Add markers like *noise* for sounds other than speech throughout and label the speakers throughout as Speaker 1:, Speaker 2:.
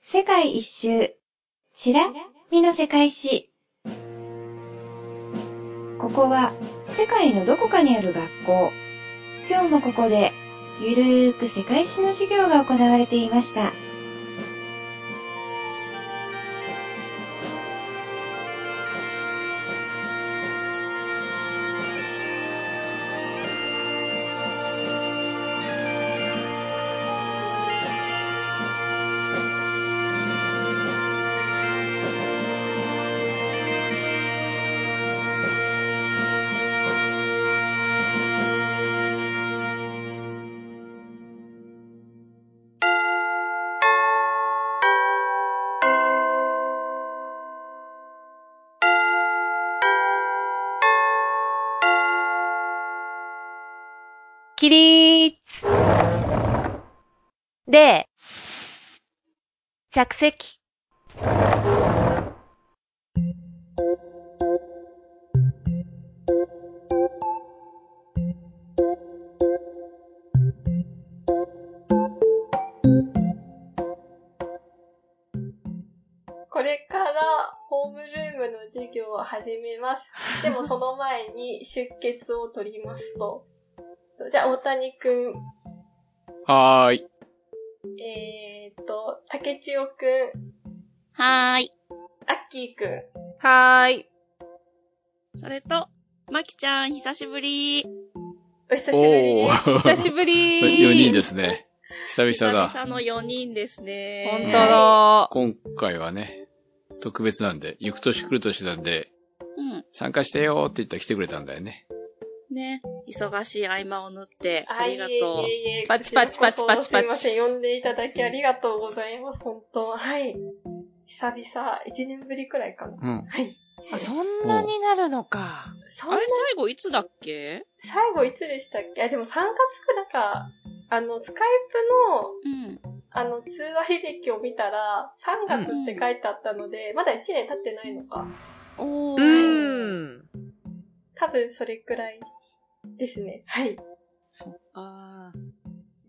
Speaker 1: 世界一周。しらみの世界史。ここは世界のどこかにある学校。今日もここでゆるーく世界史の授業が行われていました。
Speaker 2: 起立で、着席。
Speaker 3: これからホームルームの授業を始め
Speaker 4: *laughs*
Speaker 3: ます。でもその前に出血を取りますと。じゃあ、大谷くん、
Speaker 5: はーい。
Speaker 3: えーっと、竹千代くん、
Speaker 4: はーい。
Speaker 3: アッキーくん、
Speaker 2: はーい。
Speaker 4: それと、まきちゃん、久しぶり。
Speaker 3: お久しぶり
Speaker 5: お
Speaker 3: です。
Speaker 5: ー。
Speaker 2: 久しぶり
Speaker 5: 4人ですね。久々
Speaker 4: 久
Speaker 5: だ。
Speaker 4: 々の4人ですね。
Speaker 2: 本当だ。
Speaker 5: 今回はね、特別なんで、行く年来る年なんで、
Speaker 4: うん。
Speaker 5: 参加してよーって言ったら来てくれたんだよね。
Speaker 4: ね。忙しい合間を縫って、あ
Speaker 3: あい
Speaker 4: り
Speaker 3: え
Speaker 4: が
Speaker 3: い
Speaker 4: とう。
Speaker 3: えいえ。
Speaker 2: パチパチパチパチパチ
Speaker 3: こちらこそすいません。呼んでいただきありがとうございます。本当はい。久々、1年ぶりくらいかな。
Speaker 5: うん。
Speaker 3: はい。
Speaker 2: あそんなになるのか。
Speaker 3: そん
Speaker 4: あ
Speaker 3: な
Speaker 4: れ、最後いつだっけ
Speaker 3: 最後いつでしたっけあ、でも3月くだか、あの、スカイプの
Speaker 4: うん。
Speaker 3: あの、通話履歴を見たら、3月って書いてあったので、まだ1年経ってないのか。
Speaker 4: お
Speaker 2: う
Speaker 4: ー。
Speaker 2: ーん。
Speaker 3: 多分それくらいですね。はい。
Speaker 4: そっか。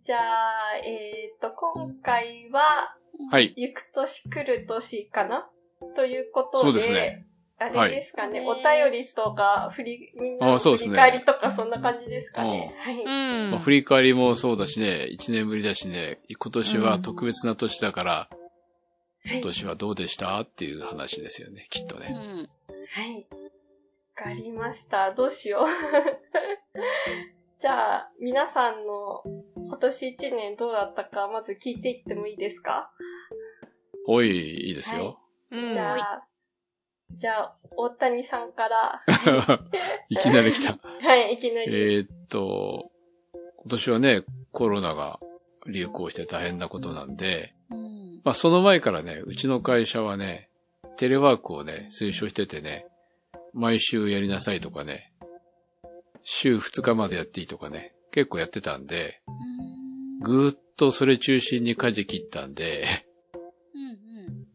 Speaker 3: じゃあ、えっ、ー、と、今回は、
Speaker 5: はい。
Speaker 3: 行く年来る年かなということで、
Speaker 5: そうですね。
Speaker 3: あれですかね、お便りとか、振り、みんな
Speaker 5: あ
Speaker 3: の
Speaker 5: そう
Speaker 3: 振
Speaker 5: です
Speaker 3: り
Speaker 5: ね
Speaker 3: 返りとか、そんな感じですかね。は
Speaker 2: う
Speaker 3: い。
Speaker 2: ん
Speaker 5: まあ、。振り返りもそうだしね、1年ぶりだしね、今年は特別な年だから、
Speaker 3: はい
Speaker 5: 今年はどうでしたっていう話ですよね、きっと
Speaker 4: う
Speaker 5: ね。
Speaker 4: ん。
Speaker 3: はい。わかりました。どう *laughs* しよう。じゃあ、皆さんの今年一年どうだったか、まず聞いていってもいいですか、
Speaker 5: おい、いいですよ。
Speaker 2: うん
Speaker 3: じゃあ、じゃあ、大谷さん
Speaker 2: *laughs*
Speaker 3: から、
Speaker 5: *laughs* いきなり来た。
Speaker 3: はい、いきなり。
Speaker 5: えーっと、今年はね、コロナが流行して大変なことなんで、
Speaker 4: うん。
Speaker 5: まあその前からね、うちの会社はね、テレワークをね、推奨しててね、毎週やりなさいとかね、週2日までやっていいとかね、結構やってたんで、
Speaker 4: うん
Speaker 5: ぐーっとそれ中心に舵切ったんで、 *laughs*
Speaker 4: うん。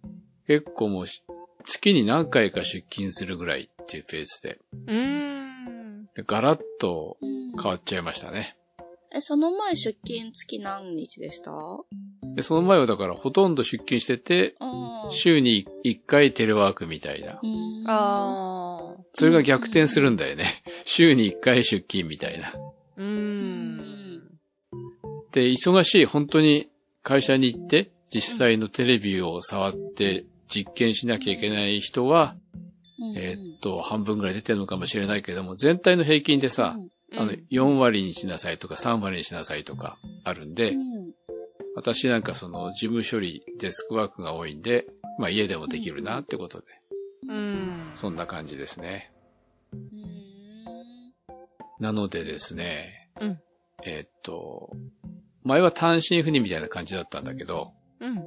Speaker 5: 結構もうし月に何回か出勤するぐらいっていうペースで、
Speaker 2: うーん。
Speaker 5: でガラッと
Speaker 4: うん
Speaker 5: 変わっちゃいましたね。
Speaker 4: え、その前出勤月何日でした
Speaker 5: で、その前はだからほとんど出勤してて、
Speaker 4: あー
Speaker 5: 週に1回テレワークみたいな
Speaker 4: う。ん。
Speaker 2: あー。
Speaker 5: それが逆転するんだよね。 *laughs* 週に1回出勤みたいな。
Speaker 2: うーん。
Speaker 5: で、忙しい、本当に会社に行って、実際のテレビを触って実験しなきゃいけない人は、
Speaker 4: うん。
Speaker 5: えーっと、半分ぐらい出てるのかもしれないけども、全体の平均でさ
Speaker 4: う、ん
Speaker 5: あの、4割にしなさいとか3割にしなさいとかあるんで、
Speaker 4: うん。
Speaker 5: 私なんかその事務処理、デスクワークが多いんで、まあ家でもできるなってことで、
Speaker 2: うん。
Speaker 5: そんな感じですね。
Speaker 4: うん
Speaker 5: なのでですね、
Speaker 2: うん
Speaker 5: えーっと、前は単身赴任みたいな感じだったんだけど、
Speaker 2: うん。
Speaker 4: うん。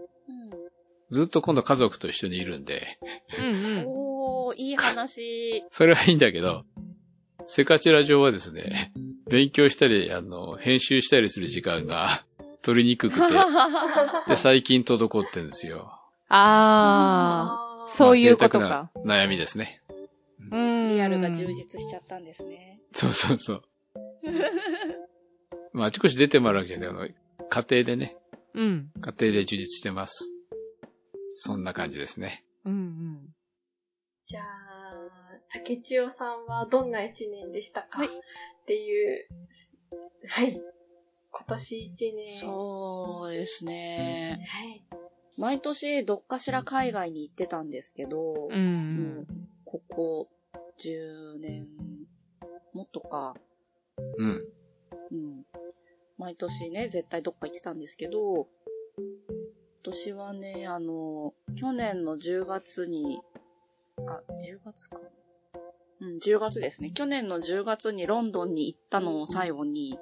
Speaker 5: ずっと今度家族と一緒にいるんで、
Speaker 4: *laughs*
Speaker 2: うん。
Speaker 4: おー、いい話。
Speaker 5: それはいいんだけど、セカチラ上はですね、勉強したり、あの、編集したりする時間
Speaker 2: *laughs*
Speaker 5: が取りにくくて、で、最近滞ってんですよ。
Speaker 2: あー。 *laughs* そういうこと
Speaker 5: まあ
Speaker 2: か。。
Speaker 5: 贅沢な悩みですね。
Speaker 2: う
Speaker 5: うん
Speaker 2: ん。
Speaker 4: リアルが充実しちゃったんですね。
Speaker 5: そうそ
Speaker 2: *laughs*
Speaker 5: うそう。まあ、あちこち出てもらうけど、あの家庭でね、
Speaker 2: うん。
Speaker 5: 家庭で充実してます。そんな感じですね。
Speaker 2: うん
Speaker 3: じゃあ、竹千代さんはどんな一年でしたか、っていう、はい。今年一年。
Speaker 4: そうですね。
Speaker 3: はい。
Speaker 4: 毎年どっかしら海外に行ってたんですけ
Speaker 2: う
Speaker 4: ど、
Speaker 2: ん。うん
Speaker 4: ここ10年、もっとか、
Speaker 5: うん。
Speaker 4: うん。毎年ね、絶対どっか行ってたんですけど、今年はね、あの、去年の10月に、あ、10月か。うん、10月ですね。去年の10月にロンドンに行ったのを最後に、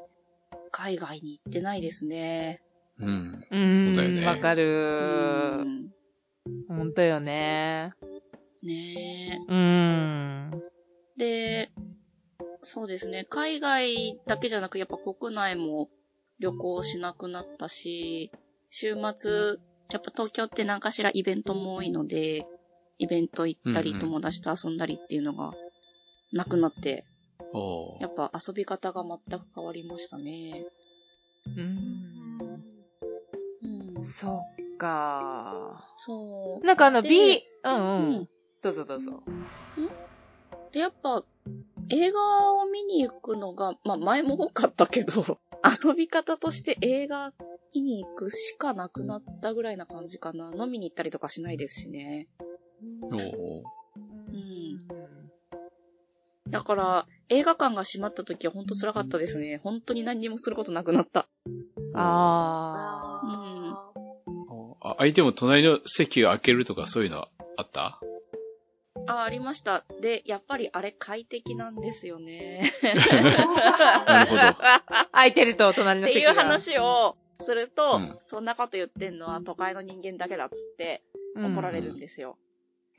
Speaker 4: 海外に行ってないですね。
Speaker 5: うん。
Speaker 2: うん。
Speaker 5: そうだよね
Speaker 2: わか
Speaker 4: う
Speaker 2: る。。ほんとよね。
Speaker 4: ね
Speaker 2: うん。
Speaker 4: え。で、そうですね。海外だけじゃなく、やっぱ国内も旅行しなくなったし、週末、やっぱ東京って何かしらイベントも多いので、イベント行った
Speaker 5: うん
Speaker 4: り、
Speaker 5: うん
Speaker 4: 友達と遊んだりっていうのがなくなって、
Speaker 5: お
Speaker 4: やっぱ遊び方が全く変わりましたね。
Speaker 2: うん。
Speaker 4: うん。
Speaker 2: そっか。
Speaker 4: そ
Speaker 2: なんかあの、
Speaker 4: で
Speaker 2: B、うん
Speaker 4: う。
Speaker 2: う
Speaker 4: うん
Speaker 2: ん。。どうぞどうぞ。
Speaker 4: で、やっぱ、映画を見に行くのが、まあ前も多かったけど、 *laughs* 遊び方として映画見に行くしかなくなったぐらいな感じかな。飲みに行ったりとかしないですしね。
Speaker 5: ーおー
Speaker 4: んだから、映画館が閉まった時は本当辛かったですね。本当に何にもすることなくなった。
Speaker 2: ああ。
Speaker 3: あー
Speaker 5: あ相手も隣の席を開けるとかそういうのあ
Speaker 2: *laughs*
Speaker 5: った *laughs*
Speaker 4: あ、ありました。で、やっぱりあれ快適なんですよね。 *laughs*
Speaker 5: なるほど。
Speaker 2: 空いてると隣
Speaker 4: っ
Speaker 2: の
Speaker 4: て
Speaker 2: 席
Speaker 4: い
Speaker 2: が。
Speaker 4: う話をすると、
Speaker 5: うん
Speaker 4: そんなこと言ってんのは都会の人間だけだっつって
Speaker 2: うん
Speaker 4: 怒られるんですよ。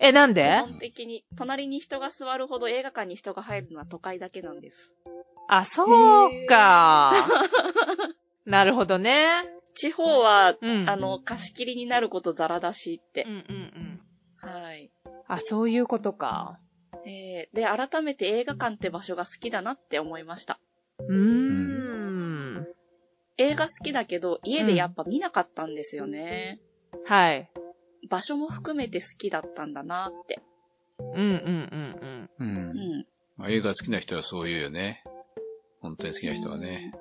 Speaker 2: え、なん
Speaker 4: 基
Speaker 2: で
Speaker 4: 本的に、隣に人が座るほど映画館に人が入るのは都会だけなんです。
Speaker 2: あ、そうか。なるほどね。
Speaker 4: 地方は、
Speaker 2: うん。
Speaker 4: あ、の、貸し切りになることザラだしって
Speaker 2: うんう。んうん。
Speaker 4: はい。
Speaker 2: あ、そういうことか。
Speaker 4: えーで、改めて映画館って場所が好きだなって思いました。
Speaker 2: うーん。
Speaker 4: 映画好きだけど、家でやっぱ見なかったんですよね。
Speaker 2: はい。
Speaker 4: 場所も含めて好きだったんだなって。
Speaker 2: うんうんうん
Speaker 5: う。
Speaker 4: うんん。
Speaker 5: まあ映画好きな人はそう言うよね。本当に好きな人はね。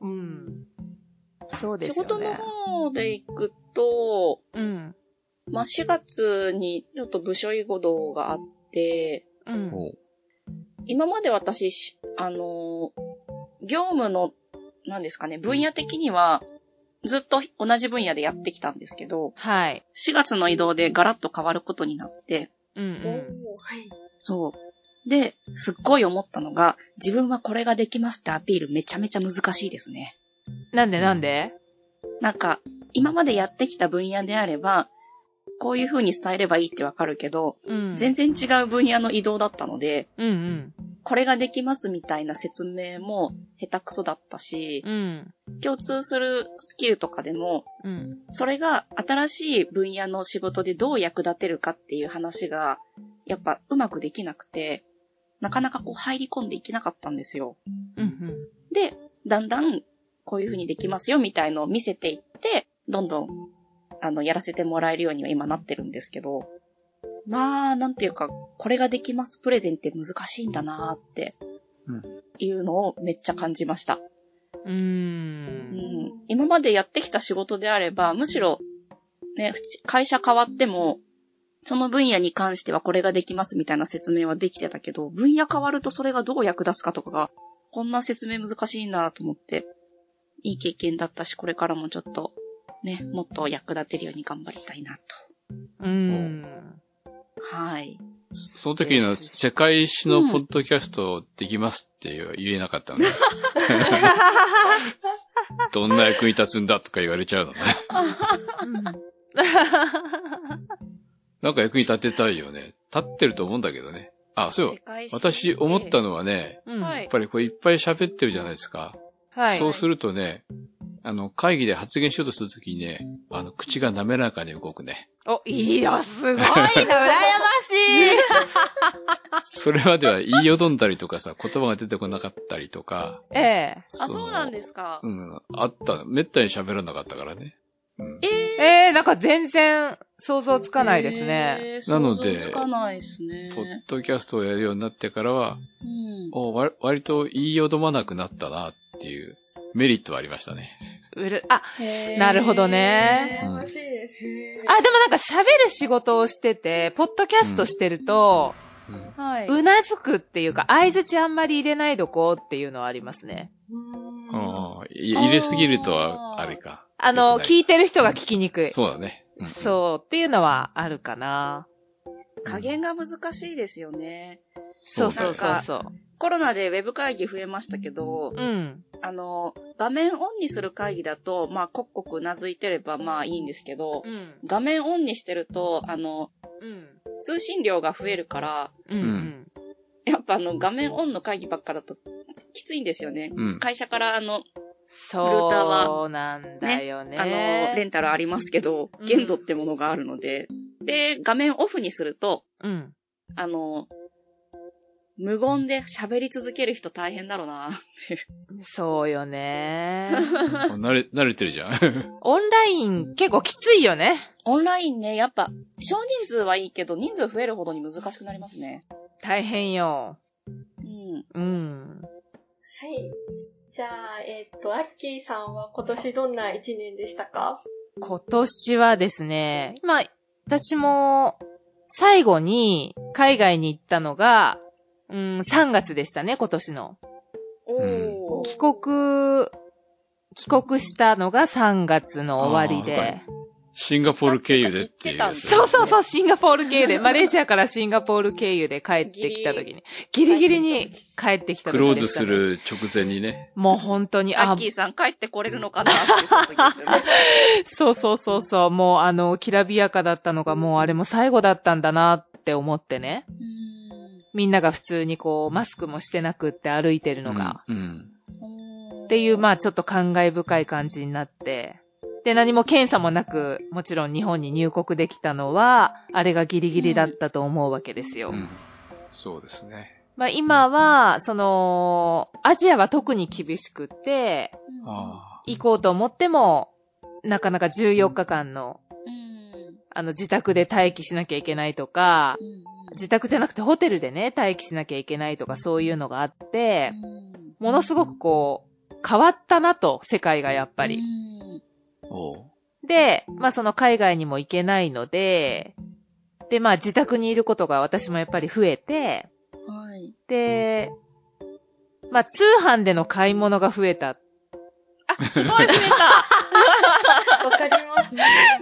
Speaker 2: うん。うん。そうで
Speaker 4: 仕
Speaker 2: すよね。
Speaker 4: 事の方で行くと、
Speaker 2: うん。
Speaker 4: まあ、4月にちょっと部署移動があって、
Speaker 2: うん。
Speaker 5: おう
Speaker 4: 今まで私、しあのー業務の、なんですかね、分野的には、ずっと同じ分野でやってきたんですけど、
Speaker 2: はい。
Speaker 4: 4月の移動でガラッと変わることになって、
Speaker 2: うん
Speaker 3: おー
Speaker 2: う
Speaker 3: はい。
Speaker 4: そう。で、すっごい思ったのが、自分はこれができますってアピールめちゃめちゃ難しいですね。
Speaker 2: ん。なんでなんで
Speaker 4: なんか、今までやってきた分野であれば、こういう風に伝えればいいってわかるけど、
Speaker 2: うん。
Speaker 4: 全然違う分野の移動だったので、
Speaker 2: うん
Speaker 4: これができますみたいな説明も下手くそだったし
Speaker 2: うん。う、ん。
Speaker 4: 共通するスキルとかでも、
Speaker 2: うん。
Speaker 4: それが新しい分野の仕事でどう役立てるかっていう話が、やっぱうまくできなくて、なかなかこう入り込んでいけなかったんですよ。
Speaker 2: うんうん。
Speaker 4: で、だんだんこういう風にできますよみたいのを見せていって、どんどん、あの、やらせてもらえるようには今なってるんですけど、まあ、なんていうか、これができますプレゼンって難しいんだなーって
Speaker 5: うん、
Speaker 4: いうのをめっちゃ感じました。
Speaker 2: うーん。
Speaker 4: うん今までやってきた仕事であれば、むしろ、ね、ふち会社変わっても、その分野に関してはこれができますみたいな説明はできてたけど、分野変わるとそれがどう役立つかとかが、こんな説明難しいなと思って、いい経験だったし、これからもちょっと、ね、もっと役立てるように頑張りたいな
Speaker 2: うーん。
Speaker 4: と。はい。
Speaker 5: そその時の世界史のポッドキャストできますって言う言えなかっ
Speaker 2: *laughs*
Speaker 5: たのね。どんな役に立つんだとか言われちゃうのね。なんか役に立てたいよね。立ってると思うんだけどね。あ、そうよ。私思った
Speaker 4: の。
Speaker 5: のはね、
Speaker 2: うん
Speaker 4: は
Speaker 5: や
Speaker 4: い
Speaker 5: っ。ぱりこれいっぱい喋ってるじゃないですか。
Speaker 2: はい。
Speaker 5: そうするとね、あの、会議で発言しようとするときにね、あの、口が滑らかに動くね。
Speaker 2: お、いいよ、すごいの、羨ましい。
Speaker 5: それまでは言いよどんだりとかさ、言葉が出てこなかったりとか。。
Speaker 2: ええ。
Speaker 4: あ、そうなんですすか。
Speaker 5: うん、あった。めったに喋らなかったからね。うん
Speaker 2: えー、なんか全然想像つかないですね。
Speaker 4: えー
Speaker 5: なので
Speaker 4: 想像つかないですね。
Speaker 5: ポッドキャストをやるようになってからは、
Speaker 4: うん。
Speaker 5: お割割と言いよどまなくなったなっていうメリットはありましたね。
Speaker 2: うる、あ、
Speaker 4: へー
Speaker 2: なるほどね。
Speaker 3: 羨ましいですね。
Speaker 2: あ、でもなんか喋る仕事をしてて、ポッドキャストしてると、。
Speaker 5: うん
Speaker 4: はいう
Speaker 2: なずくっていうか、相づちあんまり入れないどこっていうのはありますね。
Speaker 3: うん
Speaker 5: ああい入れすぎるとは、
Speaker 4: あー
Speaker 5: あれか。
Speaker 2: あの、
Speaker 5: 良くない
Speaker 2: 聞いてる人が聞きにくい。
Speaker 5: そうだね。うん
Speaker 2: そう、っていうのはあるかな。
Speaker 4: 加減が難しいですよね。
Speaker 2: そうそう
Speaker 4: な
Speaker 2: そ
Speaker 4: ん
Speaker 2: う
Speaker 4: か
Speaker 2: そう。
Speaker 4: コロナでウェブ会議増えましたけど、
Speaker 2: うん。
Speaker 4: あの、画面オンにする会議だと、まあ、コッコクうなずいてれば、まあ、いいんですけど
Speaker 2: う、ん。
Speaker 4: 画面オンにしてると、あの、
Speaker 2: うん。
Speaker 4: 通信量が増えるから、
Speaker 2: うんうん。
Speaker 4: やっぱあの、画面オンの会議ばっかだと、きついんですよね。 *laughs*
Speaker 5: うん。
Speaker 4: 会社からあの、ーターは
Speaker 2: そうなんだよね。
Speaker 4: あの、レンタルありますけど
Speaker 2: う、ん
Speaker 4: 限度ってものがあるので、で、画面オフにすると、
Speaker 2: うん。
Speaker 4: あの、無言で喋り続ける人大変だろうな。
Speaker 2: そうよね。
Speaker 5: 慣れ、慣れてるじゃん。
Speaker 2: *laughs* オンライン結構きついよね。
Speaker 4: オンラインね、やっぱ、少人数はいいけど、人数増えるほどに難しくなりますね。
Speaker 2: 大変よ。
Speaker 4: うん。
Speaker 2: うん。
Speaker 3: はい。じゃあ、えっと、アッキーさんは今年どんな一年でしたか
Speaker 2: 今年はですね、まあ、私も最後に海外に行ったのが、うん、3月でしたね、今年の。
Speaker 4: おー。
Speaker 2: 帰国、帰国したのが3月の終わりで。
Speaker 5: シンガポール経由でっていうやつ。
Speaker 2: そうそうそう、シンガポール経由で、マレーシアからシンガポール経由で帰ってきた時に、ギリギリに帰ってきた
Speaker 5: ク
Speaker 2: 時
Speaker 5: ロー
Speaker 2: で
Speaker 5: ズ
Speaker 2: した
Speaker 5: す
Speaker 2: ね、
Speaker 5: る直前にね。
Speaker 2: もう本当に、
Speaker 4: ア
Speaker 2: あ
Speaker 4: ッ、キーさん帰ってこれるのかなっていう時ですよね。
Speaker 2: そうそうそうそう、もうあの、きらびやかだったのが、もうあれも最後だったんだなって思ってね。みんなが普通にこう、マスクもしてなくって歩いてるのが、
Speaker 5: うん。
Speaker 2: っていう、まあちょっと感慨深い感じになって、で、何も検査もなく、もちろん日本に入国できたのは、あれがギリギリだったと思うわけですよ。
Speaker 5: うん。うんそうですね。
Speaker 2: まあ今は、その、アジアは特に厳しくって、
Speaker 5: あ
Speaker 2: 行こうと思っても、なかなか14日間の、あの、自宅で待機しなきゃいけないとか、自宅じゃなくてホテルでね、待機しなきゃいけないとかそういうのがあって、ものすごくこう、変わったなと、世界がやっぱ
Speaker 4: う
Speaker 2: り。
Speaker 4: ん
Speaker 5: あ。おう。
Speaker 2: で、まあその海外にも行けないので、で、まあ自宅にいることが私もやっぱり増えて、
Speaker 4: はい。
Speaker 2: で、まあ通販での買い物が増えた。
Speaker 4: あ、すごい増えた
Speaker 3: わかりますね。
Speaker 5: な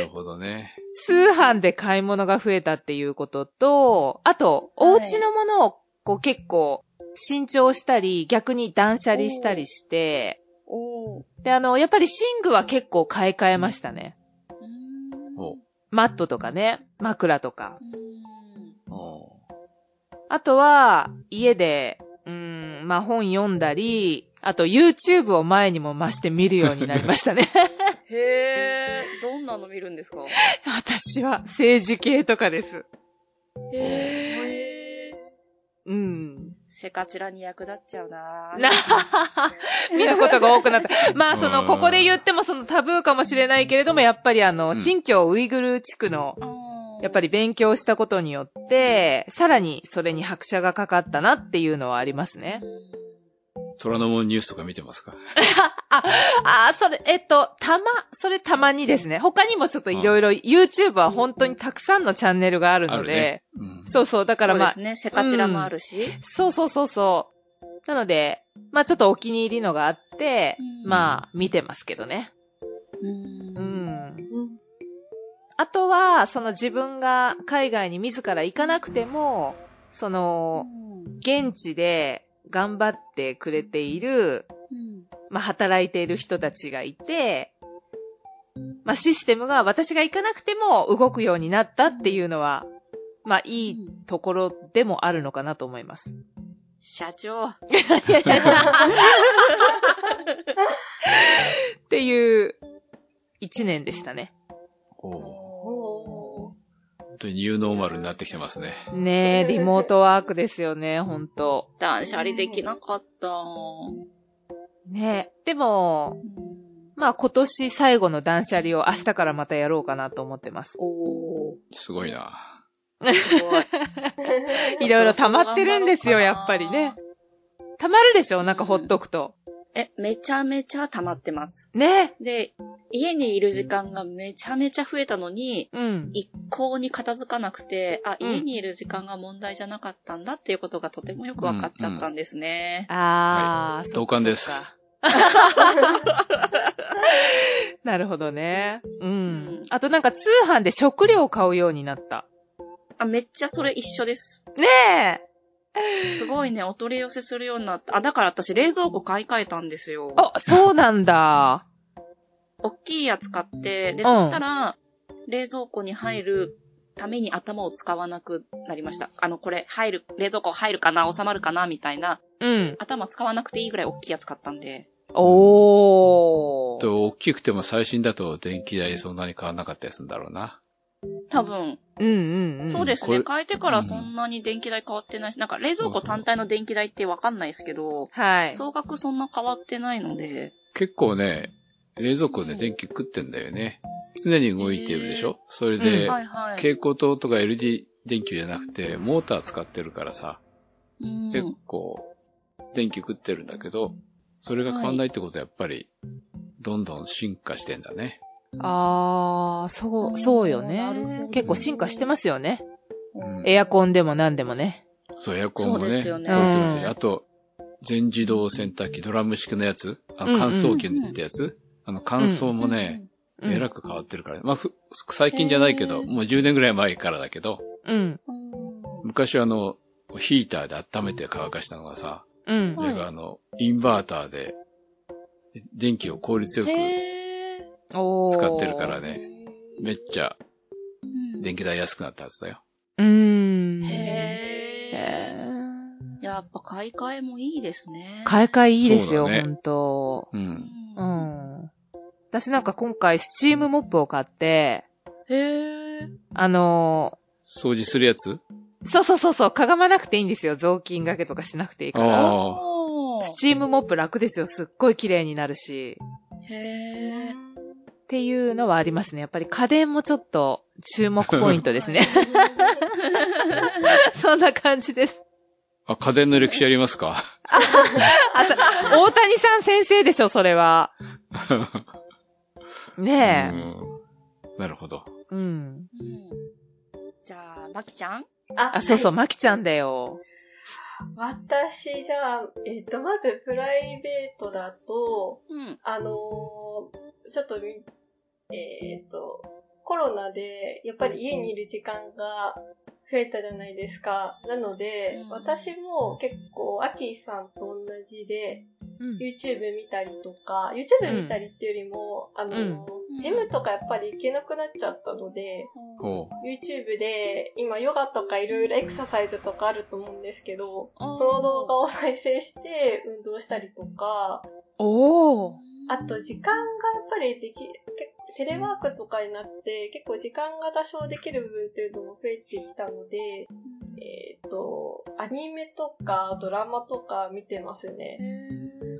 Speaker 5: るほどね。
Speaker 2: 通販で買い物が増えたっていうことと、あと、
Speaker 4: はい
Speaker 2: お家のものをこう結構新調したり、逆に断捨離したりして、
Speaker 4: おー。
Speaker 2: で、あの、やっぱり寝具は結構買い替えましたね。
Speaker 5: おう。
Speaker 2: マットとかね、枕とか。
Speaker 5: おう。
Speaker 2: あとは、家で、うーん、まあ、本読んだり、あと YouTube を前にも増して見るようになりました
Speaker 4: *laughs*
Speaker 2: ね。
Speaker 4: へー、どんなの見るんですか
Speaker 2: 私は政治系とかです。
Speaker 4: へー。
Speaker 2: うん。
Speaker 4: セカチラに役立っちゃうな
Speaker 2: な *laughs* 見ることが多くなった。まあ、そうの、
Speaker 5: ん
Speaker 2: ここで言ってもそのタブーかもしれないけれども、やっぱりあの、
Speaker 5: ん
Speaker 2: 新疆ウイグル地区の、やっぱ
Speaker 4: り。
Speaker 2: り勉強したことによって、さらにそれに拍車がかかったなっていうのはありますね。
Speaker 5: 虎ノ門ニュースとか見てますか
Speaker 2: ああ、それ、えっと、たま、それたまにですね。他にもちょっといろいろ YouTube は本当にたくさんのチャンネルがあるので、
Speaker 5: ね。うん。
Speaker 2: そうそう、だから
Speaker 4: そう
Speaker 2: ま
Speaker 4: で
Speaker 2: あ、
Speaker 4: すね、セカチラもあるし。
Speaker 2: そうそうそうそう。なので、まあちょっとお気に入りのがあって、
Speaker 4: うん
Speaker 2: まあ見てますけどね。う
Speaker 4: うん
Speaker 2: ん。
Speaker 3: うん
Speaker 2: あとは、その自分が海外に自ら行かなくても、その、現地で頑張ってくれている、まあ、働いている人たちがいて、まあ、システムが私が行かなくても動くようになったっていうのは、まあ、いいところでもあるのかなと思います。
Speaker 4: 社長。
Speaker 2: っていう、一年でしたね。
Speaker 5: おう。
Speaker 3: おー
Speaker 5: 本当にニューノーマルになってきてますね。
Speaker 2: ねえ、リモートワークですよね、ほんと。
Speaker 4: 断捨離できなかった。
Speaker 2: ねえ。でも、まあ今年最後の断捨離を明日からまたやろうかなと思ってます。
Speaker 4: おー。
Speaker 5: すごいな。
Speaker 4: す *laughs* ごい。
Speaker 2: いろいろ溜まってるんですよ、やっぱりね。。溜まるでしょなんかほっとくと。
Speaker 4: え、めちゃめちゃ溜まってます。
Speaker 2: ね。
Speaker 4: で、家にいる時間がめちゃめちゃ増えたのに、
Speaker 2: うん。
Speaker 4: 一向に片付かなくて、あ、
Speaker 2: うん
Speaker 4: 家にいる時間が問題じゃなかったんだっていうことがとてもよく分かっちゃったんですね。
Speaker 2: あー、そっか
Speaker 5: 同感です
Speaker 2: そっか *laughs* なるほどね。うん。
Speaker 4: うん
Speaker 2: あとなんか通販で食料を買うようになった。
Speaker 4: あ、めっちゃそれ一緒です。
Speaker 2: ねえ。
Speaker 4: すごいね、お取り寄せするようになった。あ、だから私冷蔵庫買い替えたんですよ。
Speaker 2: あ、そうなんだ。
Speaker 4: 大きいやつ買って、で、
Speaker 2: うん
Speaker 4: そしたら、冷蔵庫に入るために頭を使わなくなりました。あの、これ、入る、冷蔵庫入るかな、収まるかな、みたいな、
Speaker 2: うん。
Speaker 4: 頭使わなくていいぐらい大きいやつ買ったんで。
Speaker 5: *laughs*
Speaker 2: おー。
Speaker 5: と、大きくても最新だと電気代そんなに変わらなかったりするんだろうな。
Speaker 4: 多分、
Speaker 2: うんうんうん。
Speaker 4: そうです
Speaker 5: こ
Speaker 4: ね。
Speaker 5: れ
Speaker 4: 変えてからそんなに電気代変わってないし、なんか冷蔵庫単体の電気代ってわかんないですけど、
Speaker 2: はい。
Speaker 4: 総額そんな変わってないので、
Speaker 5: 結構ね、冷蔵庫で電気食ってんだよね。常に動いてるでしょそれ
Speaker 2: え
Speaker 5: で、
Speaker 2: うん
Speaker 4: はいはい。
Speaker 5: 蛍光灯とか LED 電球じゃなくて、モーター使ってるからさ、
Speaker 4: うん
Speaker 5: 結構、電気食ってるんだけど、それが変わんないってことはやっぱり、どんどん進化してんだね。
Speaker 2: あー、そう、そうよ
Speaker 4: なるほ
Speaker 2: ね
Speaker 4: ど。
Speaker 2: 結構進化してますよね。
Speaker 5: うん
Speaker 2: エアコンでも何でもね。
Speaker 5: そう、エアコンも
Speaker 4: そう
Speaker 5: ね。
Speaker 4: ですよね
Speaker 5: こいつもね
Speaker 2: うん
Speaker 5: あと、全自動洗濯機、ドラム式のやつ、あ
Speaker 2: うんう
Speaker 5: の
Speaker 2: ん
Speaker 5: 乾燥機ってやつ、あの乾燥もね、
Speaker 2: うん
Speaker 5: えらく変わってるから、まあ、ふ最近じゃないけど、もう10年ぐらい前からだけど、
Speaker 2: うん。
Speaker 4: うんうん
Speaker 5: 昔はあの、ヒーターで温めて乾かしたのがさ、
Speaker 2: うん
Speaker 5: そ。れがあの、インバーターで、電気を効率よく
Speaker 2: へー。おー。
Speaker 5: 使ってるから。ね、めっちゃ
Speaker 4: うん
Speaker 5: 電気代安くなったはずだよ。
Speaker 2: うーん。
Speaker 4: へ
Speaker 2: ー。
Speaker 4: ーやっぱ買い替えもいいですね。
Speaker 2: 買い替えいいですよ、
Speaker 5: そうだね
Speaker 2: ほんと。
Speaker 5: う
Speaker 4: うん
Speaker 5: ん。
Speaker 2: う。ん。私なんか今回、スチームモップを買って、
Speaker 4: へー。
Speaker 2: あの
Speaker 5: 掃除するやつ
Speaker 2: ーそうそうそうそう、かがまなくていいんですよ。雑巾掛けとかしなくていいから。
Speaker 5: ああ。
Speaker 2: スチームモップ楽ですよ。すっごい綺麗になるし。
Speaker 4: へー。
Speaker 2: っていうのはありますね。やっぱり家電もちょっと注目ポイントですね。 *laughs* そんな感じです。
Speaker 5: あ、家電の歴史ありますか *laughs*
Speaker 2: あさ、大谷さん先生でしょ、それは。ねえ。
Speaker 5: うんなるほど。
Speaker 2: うん。
Speaker 4: うんじゃあ、まきちゃん
Speaker 2: あ、そうそう、まきちゃんだよ。
Speaker 3: 私、じゃあ、えっ、と、まず、プライベートだと、
Speaker 4: うん。
Speaker 3: あのーちょっとみ、えっ、と、コロナで、やっぱり家にいる時間が増えたじゃないですか。なので、
Speaker 4: うん
Speaker 3: 私も結構、アキさんと同じで、
Speaker 2: うん。
Speaker 3: YouTube 見たりとか、YouTube 見たりっていうよりも、あのー
Speaker 4: うん
Speaker 3: ジムとかやっぱり行けなくなっちゃったので、
Speaker 5: ほ
Speaker 3: YouTube で今ヨガとかいろいろエクササイズとかあると思うんですけど、
Speaker 4: あー
Speaker 3: その動画を再生して運動したりとか、
Speaker 2: おー。
Speaker 3: あと時間がやっぱりでき、結構テレワークとかになって結構時間が多少できる部分っていうのも増えてきたので、えっ、と、アニメとかドラマとか見てますね。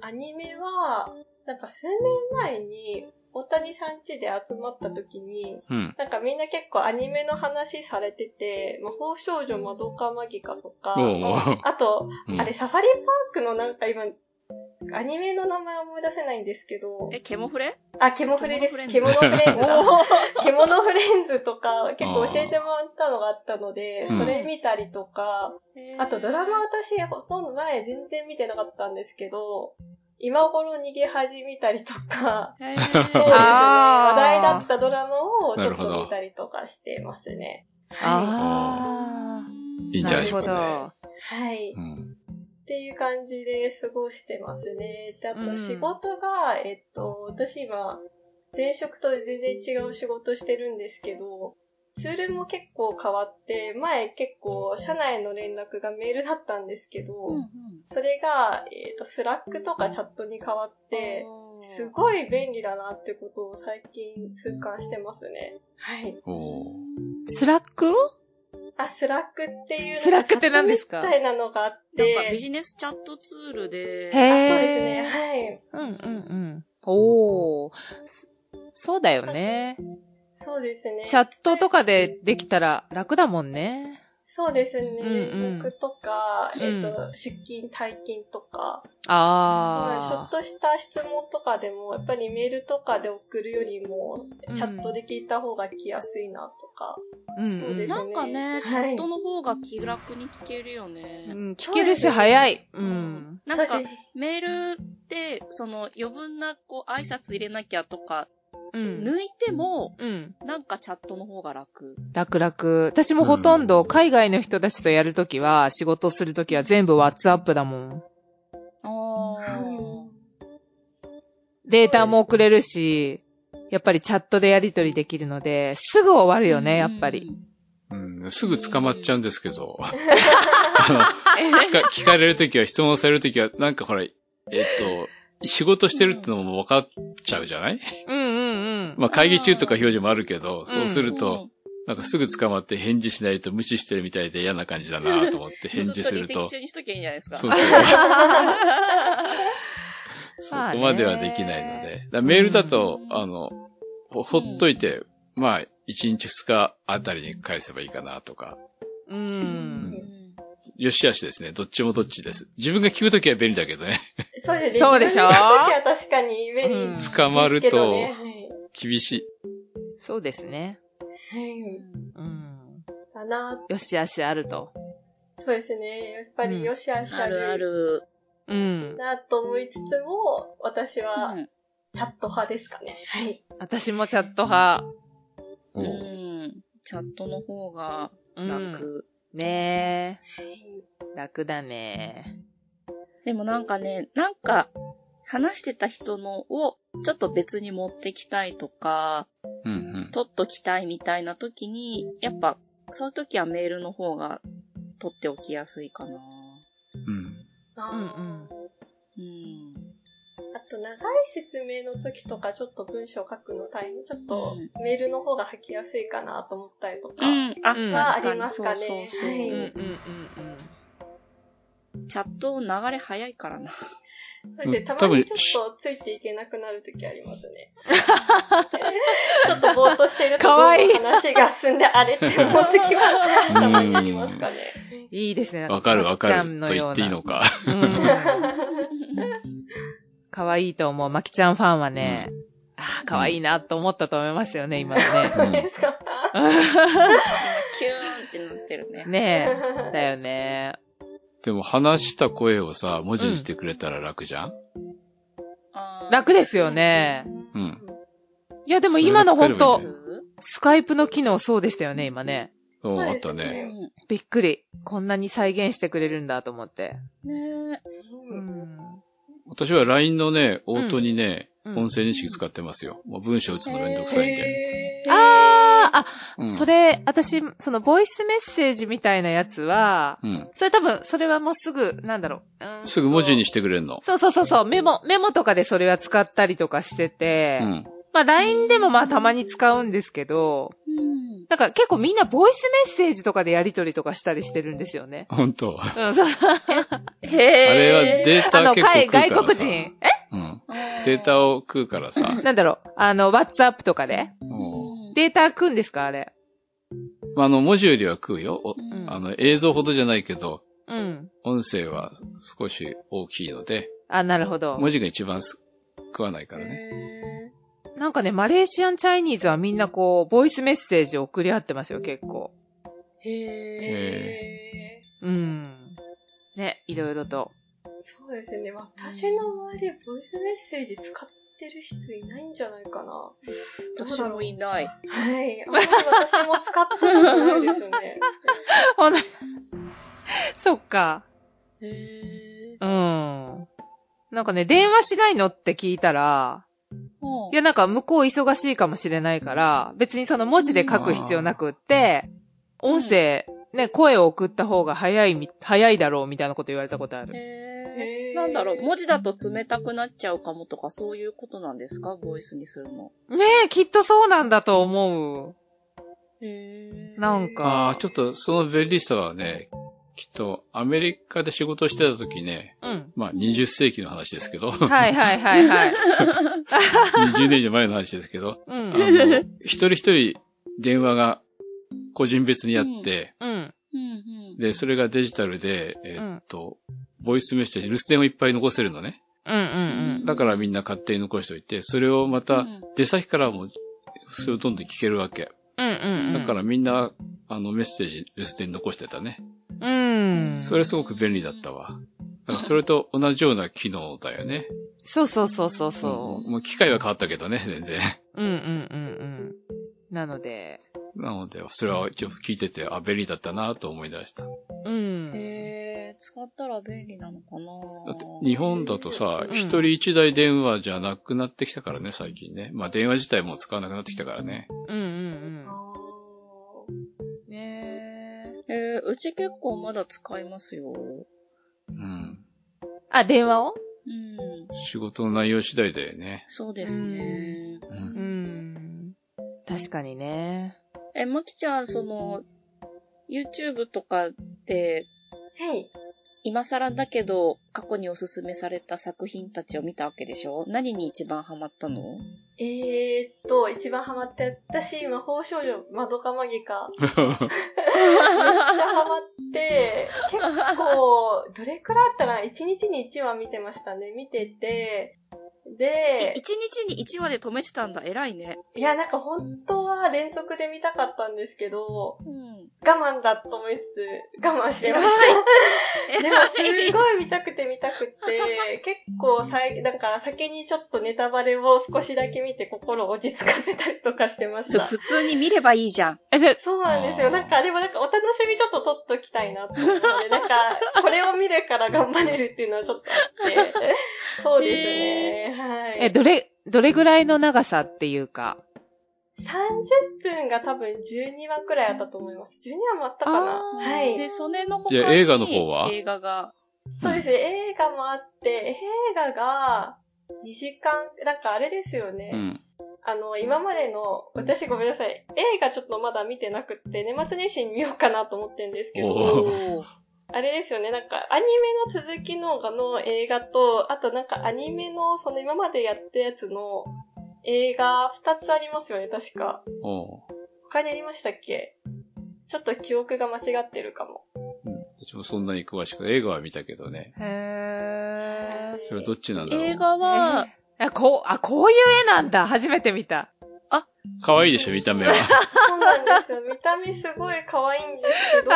Speaker 3: アニメは、なんか数年前に大谷さん家で集まった時に、
Speaker 5: う。うん。
Speaker 3: なんかみんな結構アニメの話されてて、魔法少女マドカマギカとか、
Speaker 5: おうおう
Speaker 3: あと、
Speaker 5: うん
Speaker 3: あれサファリパークのなんか今、アニメの名前思い出せないんですけど、
Speaker 4: え、ケモフレ
Speaker 3: あ、ケモフレです。ケ
Speaker 4: ケ
Speaker 3: モ
Speaker 4: モ
Speaker 3: ノフレ *laughs* ンズだ。
Speaker 4: ー
Speaker 3: ケモノフレンズとか結構教えてもらったのがあったので、
Speaker 5: うん
Speaker 3: それ見たりとか、あとドラマ私ほとんど前全然見てなかったんですけど、今頃逃げ恥見たりとか、
Speaker 4: へ
Speaker 3: そう
Speaker 5: *laughs*
Speaker 4: ー
Speaker 3: ですね。
Speaker 2: あー
Speaker 3: 話題だったドラマをちょっ
Speaker 5: なるほ
Speaker 3: と
Speaker 5: ど
Speaker 3: 見たりとかしてますね。
Speaker 2: あ
Speaker 5: いい
Speaker 2: ー。
Speaker 5: んじ
Speaker 2: な
Speaker 5: ゃない
Speaker 2: る
Speaker 5: で
Speaker 2: ほ
Speaker 5: すか
Speaker 2: ど。
Speaker 3: はい。
Speaker 5: ね。
Speaker 3: っていう感じで過ごしてますね。で、あ
Speaker 2: う
Speaker 3: と
Speaker 2: ん
Speaker 3: 仕事が、えっと、私今、前職と全然違う仕事してるんですけど、ツールも結構変わって、前結構社内の連絡がメールだったんですけど、それが、えっと、スラックとかチャットに変わって、すごい便利だなってことを最近痛感してますね。はい。
Speaker 5: うん。おー
Speaker 2: スラック
Speaker 3: あ、スラックっていうのが
Speaker 2: スラックって何ですか
Speaker 3: チャットみたいなのがあっ
Speaker 4: なん
Speaker 3: て。
Speaker 4: かビジネスチャットツール
Speaker 2: へー。
Speaker 4: で、
Speaker 3: あそうですね。
Speaker 2: うんうんうん。おー。そうだよね。
Speaker 3: そうですね。
Speaker 2: チャットとかでできたら楽だもんね。
Speaker 3: そうですね。
Speaker 2: うんうん
Speaker 3: 僕とか、
Speaker 2: うん
Speaker 3: えっ、と、出勤、退勤とか、そうちょ
Speaker 2: あ
Speaker 3: っとした質問とかでも、やっぱりメールとかで送るよりも、
Speaker 2: うん
Speaker 3: チャットで聞いた方が来やすいなとか。
Speaker 2: ー。うん
Speaker 3: そうです
Speaker 4: な
Speaker 3: よ
Speaker 4: ん
Speaker 3: ね
Speaker 4: かね、
Speaker 3: はい
Speaker 4: チャットの方が気楽に聞けるよね。
Speaker 2: うんうん聞けるし早い。うん。
Speaker 4: なん
Speaker 3: そ
Speaker 4: か
Speaker 3: うで、す
Speaker 4: メールって、その、余分な、こう、挨拶入れなきゃとか、
Speaker 2: うん。
Speaker 4: 抜いても、
Speaker 2: うん。
Speaker 4: なんかチャットの方が楽。
Speaker 2: 楽々。私もほとんど海外の人たちとやるときは、仕事するときは全部 WhatsApp だもん。
Speaker 4: あ
Speaker 2: データも送れるし、やっぱりチャットでやり取りできるので、すぐ終わる
Speaker 4: ー
Speaker 2: よね、やっぱり。。
Speaker 5: うん、すぐ捕まっちゃうんですけど。あの聞か聞かれるときは、質問されるときは、なんかほら、えっと、仕事してるってのも分かっちゃうじゃない *laughs*
Speaker 2: うんうんうん。
Speaker 5: まあ会議中とか表示もあるけど、そうす
Speaker 4: す
Speaker 5: ると、、なんかすぐ捕まって返事しないと無視してるみたいで嫌な感じだなと思って返事する
Speaker 4: ちょ
Speaker 5: と
Speaker 4: っ離席。中にしときゃいいんじゃないですか。
Speaker 5: そううそう。そ
Speaker 2: まあね
Speaker 5: こまではできないので。だからメールだと、
Speaker 4: うん
Speaker 5: あの、ほほっといて、まあ、1日2日あたりに返せばいいかなとか。
Speaker 2: う。
Speaker 4: うんん
Speaker 5: よしあしですね。どっちもどっちです。自分が聞くときは便利だけどね。
Speaker 3: そうですね。
Speaker 2: そうでしょ
Speaker 3: 自分の時は確かに便利
Speaker 2: うん
Speaker 3: ですけ
Speaker 5: 捕
Speaker 3: どね。
Speaker 5: まると
Speaker 3: はい
Speaker 5: 厳しい。
Speaker 2: そうですね。
Speaker 3: はい。
Speaker 2: うん。
Speaker 3: だな。
Speaker 2: よしあしあると。
Speaker 3: そうですね。やっぱ
Speaker 2: うん
Speaker 3: りよしあし
Speaker 4: あるある。
Speaker 2: うん。
Speaker 3: なと思いつつも、私は
Speaker 4: うん
Speaker 3: チャット派ですかね。はい。
Speaker 2: 私もチャット派。
Speaker 5: もう
Speaker 4: う。
Speaker 5: ん
Speaker 4: チャットの方が
Speaker 2: うん。
Speaker 4: 楽。
Speaker 2: ねえ。楽だね。
Speaker 4: でもなんかね、なんか、話してた人のを、ちょっと別に持ってきたいとか、
Speaker 5: うんうん。
Speaker 4: 取っときたいみたいな時に、やっぱ、そういう時はメールの方が取っておきやすいかな。
Speaker 5: うん。
Speaker 3: あ
Speaker 2: う
Speaker 3: ー
Speaker 2: んうん。
Speaker 4: うん。
Speaker 3: あと、長い説明の時とか、ちょっと文章書くの大変、ちょっとメールの方が書きやすいかなと思ったりと
Speaker 4: う
Speaker 3: か。
Speaker 4: ん。あ、
Speaker 2: うん
Speaker 4: 確
Speaker 3: あ
Speaker 4: か
Speaker 3: り
Speaker 4: に。
Speaker 3: ます
Speaker 4: そ
Speaker 3: か
Speaker 4: う
Speaker 3: ね
Speaker 4: そうそう。
Speaker 3: はい
Speaker 2: うんうん
Speaker 3: う
Speaker 4: チャット流れ早いからな。
Speaker 3: そうですね。
Speaker 5: うん
Speaker 3: たま
Speaker 5: 多分
Speaker 3: にちょっとついていけなくなる時ありますね。ちょっとぼーっとしていると、
Speaker 2: かわいい
Speaker 3: どんどん話が進んで、あれって思ってきます。たまにありますかね。
Speaker 2: うんうん。いいですね。なん
Speaker 5: わかるわか
Speaker 2: まきちゃん
Speaker 5: ると言っていいのか。
Speaker 2: のような。うん。かわいいと思う。まきちゃんファンはね、ああ、かわいいなと思ったと思いますよね、今のね。
Speaker 5: うん
Speaker 3: ですか
Speaker 4: キューンってなってるね。
Speaker 2: ねえ。だよね。
Speaker 5: でも話した声をさ、文字にしてくれたら楽じゃん
Speaker 4: あー
Speaker 2: 楽ですよね。
Speaker 5: うん。
Speaker 2: いや、でも今の本
Speaker 4: う
Speaker 2: 当
Speaker 5: それ
Speaker 2: スカイプの機能そうでしたよね、今ね。
Speaker 5: そう、
Speaker 3: そう
Speaker 5: あ
Speaker 3: で
Speaker 5: っ
Speaker 3: す
Speaker 5: たね。
Speaker 4: ん
Speaker 2: びっくり。こんなに再現してくれるんだと思って。
Speaker 4: ねえ
Speaker 2: う
Speaker 3: うん
Speaker 2: ん。
Speaker 5: 私は LINE のね、オートにね、
Speaker 2: うん
Speaker 5: 音声認識使ってますよ。もう文章打つのめんどくさいんで。
Speaker 3: へー
Speaker 2: あーあ、
Speaker 5: うん
Speaker 2: それ、私、その、ボイスメッセージみたいなやつは、
Speaker 5: うん。
Speaker 2: それ多分、それはもうすぐ、なんだろう。うーんと
Speaker 5: すぐ文字にしてくれるの。
Speaker 2: そうそうそうそう、メモ、メモとかでそれは使ったりとかしてて、
Speaker 5: うん。
Speaker 2: まあ LINE でもまあたまに使うんですけど、
Speaker 4: うん。
Speaker 2: なんか結構みんなボイスメッセージとかでやり取りとかしたりしてるんですよね。
Speaker 5: ほんと。あ
Speaker 2: うん、そう。
Speaker 4: へ
Speaker 5: れはデー
Speaker 2: あ
Speaker 5: タ
Speaker 2: の、
Speaker 5: 結構
Speaker 2: 海
Speaker 5: 食うから
Speaker 2: 外
Speaker 5: さ。
Speaker 2: 国人。え
Speaker 5: うん。
Speaker 4: は
Speaker 5: データを食うからさ。
Speaker 2: なんだろう、あの、WhatsApp とかで
Speaker 5: も
Speaker 2: データ食うんですかあれ。
Speaker 5: うまああの、文字よりは食うよ。お
Speaker 2: ん
Speaker 5: あの、映像ほどじゃないけど、
Speaker 2: うん。
Speaker 5: 音声は少し大きいので、
Speaker 2: あ、なるほど。
Speaker 5: 文字が一番す食わないからね。
Speaker 2: なんかね、マレーシアンチャイニーズはみんなこう、ボイスメッセージを送り合ってますよ、結構。
Speaker 4: へえ。
Speaker 3: へ
Speaker 2: うん。ね、いろいろと。
Speaker 3: ーそうですね。私の周り、ボイスメッセージ使ってる人いないんじゃないかな。
Speaker 4: 私もいない。
Speaker 3: はい。あんまり私も使ったことないですね。
Speaker 2: ほな、そっか。
Speaker 4: へえ。
Speaker 2: うん。なんかね、電話しないのって聞いたら、
Speaker 4: ほう
Speaker 2: いやなんか向こう忙しいかもしれないから、別にその文字で書く必要なくって、
Speaker 4: ん
Speaker 2: 音声、ね、声を送った方が早いみ、早いだろうみたいなこと言われたことある。
Speaker 4: へ
Speaker 3: へ
Speaker 4: ー
Speaker 3: ー
Speaker 4: なんだろう、文字だと冷たくなっちゃうかもとか、そういうことなんですかボイスにするの。
Speaker 2: ねえ、きっとそうなんだと思う。
Speaker 4: へ
Speaker 2: なん
Speaker 5: ああ、
Speaker 2: か、
Speaker 5: ちょっとその便利さはね、きっと、アメリカで仕事してた時ね、
Speaker 2: うん。
Speaker 5: まあ、20世紀の話ですけど、
Speaker 2: はいはいはいはい。
Speaker 5: 20年以上前の話ですけど、
Speaker 2: う
Speaker 5: あ
Speaker 2: ん
Speaker 5: の。、一人一人電話が個人別にあって、
Speaker 2: うん。
Speaker 4: うん
Speaker 5: で、それがデジタルで、えーっと、ボイスメッセージ、留守電をいっぱい残せるのね。
Speaker 2: うんうん
Speaker 5: だからみんな勝手に残しておいて、それをま
Speaker 4: う
Speaker 5: た
Speaker 4: ん
Speaker 5: 出先からも、それをどんどん聞けるわけ。
Speaker 2: うん。うんうんうん。
Speaker 5: だからみんな、あの、メッセージ、留守電残してたね。
Speaker 2: うん。
Speaker 5: それすごく便利だったわ。だからそれと同じような機能だよね。
Speaker 2: そうそうそうそうそ
Speaker 5: もう機械は変わったけどね、全然。
Speaker 2: う。うんうんうんうん。なので、
Speaker 5: なので、それは一応聞いてて、あ、便利だったなと思い出した。だ
Speaker 2: うん。
Speaker 4: へえ、使ったら便利なのかな
Speaker 5: って日本だとさ、
Speaker 2: うん
Speaker 5: 一人一台電話じゃなくなってきたからね、最近ね。まあ電話自体もう使わなくなってきたからね。
Speaker 2: うんうん
Speaker 3: あ
Speaker 2: うん。ねえ。
Speaker 4: えー、うち結構まだ使いますよ。
Speaker 5: うん。
Speaker 2: あ、電話を
Speaker 4: うん。
Speaker 5: 仕事の内容次第だよね。
Speaker 4: そうですね。
Speaker 5: うん。
Speaker 2: うん。確かにね。
Speaker 4: え、まきちゃん、その、YouTube とかで、
Speaker 3: ーはい。
Speaker 4: 今更だけど、過去におすすめされた作品たちを見たわけでしょ何に一番ハマったの
Speaker 3: えー、っと、一番ハマったやつ。私、魔法少女、まどかマギカ。めっちゃハマって、結構、どれくらいあったかな ?1 日に1話見てましたね。見てて。
Speaker 4: え
Speaker 3: で、
Speaker 4: 一日に一話で止めてたんだ。偉いね。
Speaker 3: いや、なんか本当は連続で見たかったんですけど、
Speaker 4: うん。
Speaker 3: 我慢だと思いつつ、我慢してました。
Speaker 4: *laughs*
Speaker 3: でもすごい見たくて見たくて、結構さい、なんか先にちょっとネタバレを少しだけ見て心を落ち着かせたりとかしてまし
Speaker 4: そう
Speaker 3: た。
Speaker 4: 普通に見ればいいじゃん。
Speaker 2: え、それ、
Speaker 3: そうなんです
Speaker 5: あ
Speaker 3: よ。
Speaker 5: ー
Speaker 3: なんか、でもなんかお楽しみちょっと取っときたいなと思って、なんか、これを見るから頑張れるっていうのはちょっとあって、そうですね。はい。
Speaker 2: え、どれ、どれぐらいの長さっていうか。
Speaker 3: 30分が多分12話くらいあったと思います。12話もあったかな
Speaker 2: あー
Speaker 3: はい。
Speaker 4: で、それの他
Speaker 5: い
Speaker 4: に
Speaker 5: や映画の方は
Speaker 4: 映画が。
Speaker 3: そうですね、映画もあって、映画が2時間、なんかあれですよね。
Speaker 5: うん。
Speaker 3: あの、今までの、私ごめんなさい、映画ちょっとまだ見てなくって、年末年始に見ようかなと思ってるんですけど、
Speaker 5: お
Speaker 4: おー
Speaker 3: あれですよね、なんかアニメの続きのがの映画と、あとなんかアニメのその今までやったやつの映画2つありますよね、確か。
Speaker 5: おう
Speaker 3: 他にありましたっけちょっと記憶が間違ってるかも。
Speaker 5: うん。私もそんなに詳しく、映画は見たけどね。
Speaker 2: へ
Speaker 5: それはどっちなんだろ
Speaker 4: 映
Speaker 5: う。
Speaker 4: 画は、
Speaker 2: えーあ、こう、あ、こういう絵なんだ。初めて見た。
Speaker 5: かわいいでしょ、見
Speaker 2: *laughs*
Speaker 5: た目
Speaker 3: *laughs*
Speaker 5: は。
Speaker 3: そうなんですよ。見た目すごい可愛いんですけど、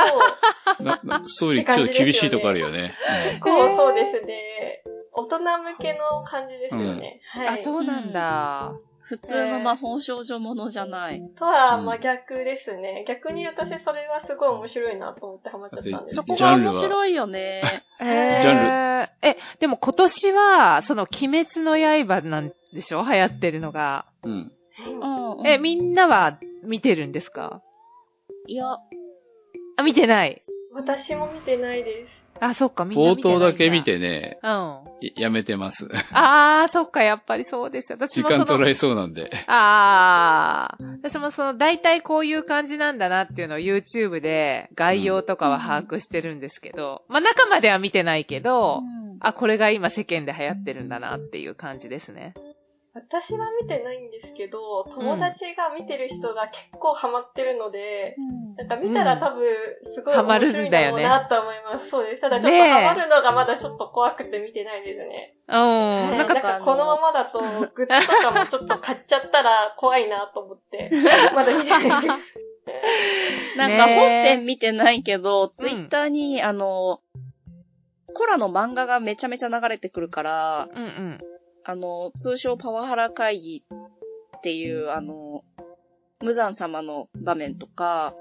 Speaker 5: ななストーリーちょっと厳しいとこあるよね。 *laughs*
Speaker 3: 結構そうですね。大人向けの感じですよね。は
Speaker 2: あ、
Speaker 3: い。
Speaker 2: そうなんだ。
Speaker 4: 普通の魔法少女ものじゃない。
Speaker 3: とは真逆ですね。逆に私それがすごい面白いなと思ってハマっちゃったんです
Speaker 4: そ
Speaker 3: け
Speaker 4: こ
Speaker 3: ど。
Speaker 5: ジャ
Speaker 4: が
Speaker 5: ンルは
Speaker 4: 面白いよね。
Speaker 2: へー
Speaker 5: ジャン
Speaker 2: え、でも今年は、その、鬼滅の刃なんでしょ流行ってるのが。
Speaker 5: うん。うん。
Speaker 4: うんうん
Speaker 2: え、みんなは見てるんですか
Speaker 4: いや、
Speaker 2: あ、見てない。
Speaker 3: 私も見てないです。
Speaker 2: あ、そっか、みんな
Speaker 5: 冒
Speaker 2: 見てない
Speaker 5: 頭
Speaker 2: んだ。
Speaker 5: だけ見。てね、
Speaker 2: うん。あ
Speaker 5: いやめてます。
Speaker 2: あー、そっか、やっぱりそうですよ。私
Speaker 5: 時
Speaker 2: もその
Speaker 5: 間取られそうなんで。
Speaker 2: ああ、私もその、大体こういう感じなんだなっていうのを YouTube で概要とかは把握してるんですけど、まあ中までは見てないけど、あ、これが今世間で流行ってるんだなっていう感じですね。
Speaker 3: 私は見てないんですけど、友達が見てる人が結構ハマってるので、なんか見たら多分すごい
Speaker 2: ハマ
Speaker 3: 面
Speaker 2: る
Speaker 3: 白い
Speaker 2: ん
Speaker 3: ん
Speaker 2: だ
Speaker 3: だ
Speaker 2: よ
Speaker 3: ろう
Speaker 2: ね
Speaker 3: なと思います。そうです。ただちょっ
Speaker 2: ねえ
Speaker 3: とハマるのがまだちょっと怖くて見てないですね。
Speaker 2: うん、なん
Speaker 3: な *laughs*
Speaker 2: か
Speaker 3: ん、かこのままだとグッズとかもちょっと買っちゃったら怖いなと思って、まだ見てないです。
Speaker 4: なんか本編見てないけど、ツイッターに、あの、コラの漫画がめちゃめちゃ流れてくるから、
Speaker 2: うんうん。
Speaker 4: あの、通称パワハラ会議っていう、あの、無惨様の場面とか、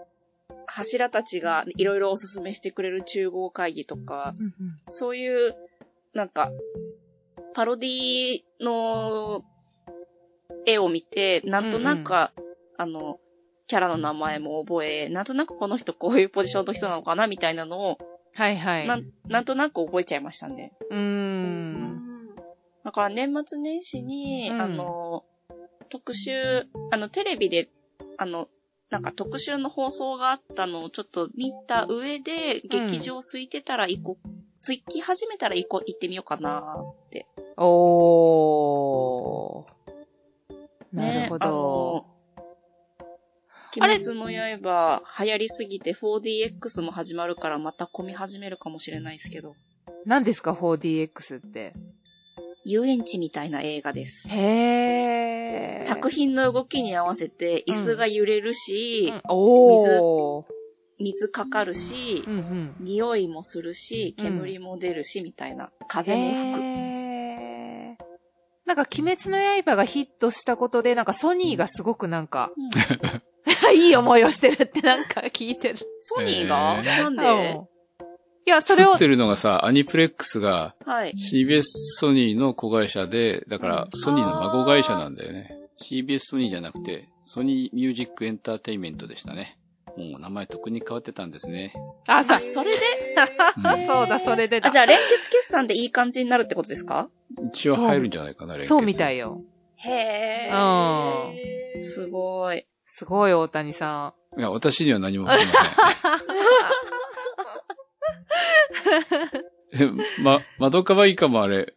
Speaker 4: 柱たちがいろいろおすすめしてくれる中合会議とか、そういう、なんか、パロディの絵を見て、なんとなく、
Speaker 2: うん
Speaker 4: あの、キャラの名前も覚え、なんとなくこの人こういうポジションの人なのかなみたいなのを、
Speaker 2: はいはい。
Speaker 4: な
Speaker 2: うん
Speaker 4: なんとなく覚えちゃいましたね。
Speaker 2: ーん。
Speaker 4: だから年末年始に、
Speaker 2: うん
Speaker 4: あの、特集、あの、テレビで、あの、なんか特集の放送があったのをちょっと見た上で、劇場空いてたら行こう、空き始めたら行こう、行ってみようかなって。
Speaker 2: おー。なるほど。あ
Speaker 4: ね。あ
Speaker 2: れ
Speaker 4: の、鬼滅の刃流行りすぎて 4DX も始まるからまた混み始めるかもしれないですけど、
Speaker 2: 何ですか 4DX って。
Speaker 4: 遊園地みたいな映画です。
Speaker 2: へー。
Speaker 4: 作品の動きに合わせて椅子が揺れるし、
Speaker 2: うんおー。
Speaker 4: 水かかるし、
Speaker 2: うんうん。
Speaker 4: 匂いもするし、
Speaker 2: うん
Speaker 4: 煙も出るし、みたいな。風も吹く。
Speaker 2: へー。なんか、鬼滅の刃がヒットしたことで、なんかソニーがすごくなんか、
Speaker 4: うん
Speaker 2: いい思いをしてるってなんか聞いてる。
Speaker 4: ソニーが、
Speaker 5: えー
Speaker 4: なんで、
Speaker 2: うんいや、それ
Speaker 5: 作
Speaker 2: を
Speaker 5: っ、てるのがさ、アニプレックスが
Speaker 4: はい
Speaker 5: CBS ソニーの子会社で、だからソニーの孫会社なんだよね。CBS ソニーじゃなくて、ソニーミュージックエンターテインメントでしたね。もう名前特に変わってたんですね。
Speaker 2: あ、さ
Speaker 4: あ、それで
Speaker 5: うん
Speaker 2: あそうだ、それでだ
Speaker 4: あ、。じゃあ連結決算でいい感じになるってことですか
Speaker 5: 一応入るんじゃないかな、連結
Speaker 2: そうみたいよ。
Speaker 4: へ
Speaker 2: う
Speaker 4: ー。
Speaker 2: ん。
Speaker 4: すごい。
Speaker 2: すごい、大谷さ
Speaker 5: いや、私には何もわかりま
Speaker 2: *laughs*
Speaker 5: せん。 *laughs* でま、マドカバイカもあれ、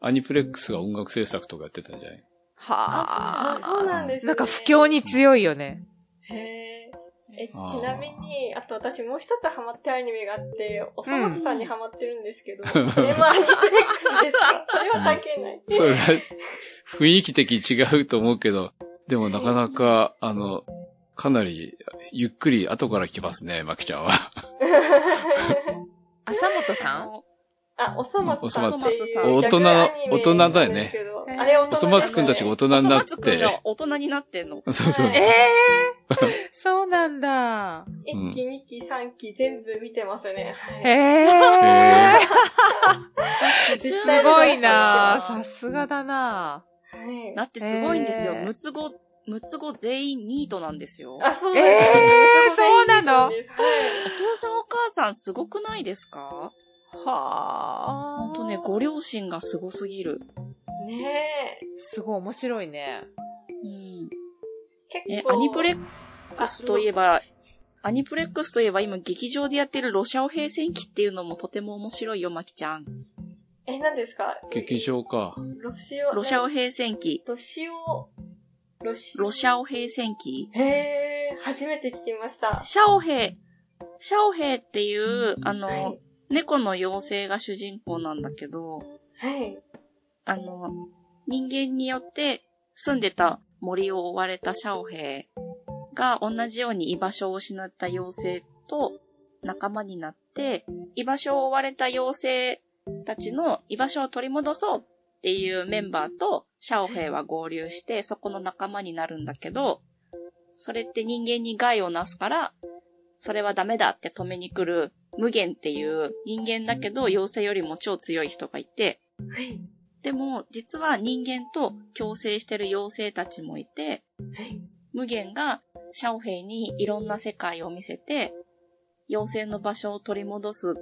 Speaker 5: アニプレックスが音楽制作とかやってたんじゃない
Speaker 2: ん。は
Speaker 3: あ、そうなんですね。
Speaker 2: なんか不況に強いよね。
Speaker 3: へーえ、
Speaker 5: あー
Speaker 3: ちなみに、あと私もう一つハマってるアニメがあって、おそ松さんにハマってるんですけど、
Speaker 5: ん
Speaker 3: それはアニプレックスです
Speaker 5: *laughs*
Speaker 3: かそれは関係ない。
Speaker 5: それは、雰囲気的に違うと思うけど、でもなかなか、あの、かなり、ゆっくり後から来ますね、マキちゃんは。
Speaker 2: 浅本さん
Speaker 3: あ、おそ松さんっていう
Speaker 4: お
Speaker 5: そ松大人の大人だ
Speaker 3: 逆ア
Speaker 5: よね
Speaker 3: ニメなんですけど
Speaker 2: へー
Speaker 3: あれ大人
Speaker 5: おそ松くんたちが大人になっ
Speaker 4: 細松くん
Speaker 5: て、
Speaker 4: が大人になってんの。
Speaker 5: そうそう。
Speaker 2: え
Speaker 3: え
Speaker 2: えー、そうなんだ。
Speaker 3: 1期、2期、3期全部見てますね。
Speaker 2: え
Speaker 5: へ
Speaker 2: えー、
Speaker 3: 絶対
Speaker 2: すごいなぁ。
Speaker 4: そ
Speaker 2: さ
Speaker 4: う
Speaker 2: すがだな
Speaker 3: はい
Speaker 4: だってすごいんですよ
Speaker 2: へ。ー
Speaker 4: ムツゴ、ムツゴ全員ニートなんです
Speaker 3: *laughs*
Speaker 4: よ。
Speaker 3: あ、そうなんですよ
Speaker 2: えー
Speaker 3: そうなん
Speaker 2: そうなの
Speaker 3: ですはい
Speaker 4: お父さんお母さんすごくないです
Speaker 2: ぁ。
Speaker 4: か
Speaker 2: はぁ。
Speaker 4: ほんとね、ご両親がすごすぎる。
Speaker 3: ね
Speaker 2: すごい面白いね。
Speaker 4: うん。
Speaker 3: え。
Speaker 4: え
Speaker 3: 結、構。
Speaker 4: アニプレック
Speaker 3: あ
Speaker 4: スといえ、ば、アニプレックスといえば今劇場でやってるロシアオ平戦記っていうのもとても面白いよ、まきちゃん。
Speaker 3: え、何ですか
Speaker 5: 劇場か。
Speaker 3: ロシオ。
Speaker 4: ロシアオ平戦記。
Speaker 3: ロシオ。ロシオ。
Speaker 4: ロシアオ平戦記
Speaker 3: へー、初めて聞きました。
Speaker 4: シャオヘイ。シャオヘイっていう、あの、
Speaker 3: はい。
Speaker 4: 猫の妖精が主人公なんだけど、
Speaker 3: はい。
Speaker 4: あの、人間によって住んでた森を追われたシャオヘイが同じように居場所を失った妖精と仲間になって、居場所を追われた妖精たちの居場所を取り戻そうっていうメンバーとシャオヘイは合流して、そこの仲間になるんだけど、それって人間に害をなすから、それはダメだって止めに来る無限っていう人間だけど妖精よりも超強い人がいて、
Speaker 3: はい。
Speaker 4: でも、実は人間と共生してる妖精たちもいて、
Speaker 3: はい。
Speaker 4: 無限がシャオヘイにいろんな世界を見せて、妖精の場所を取り戻す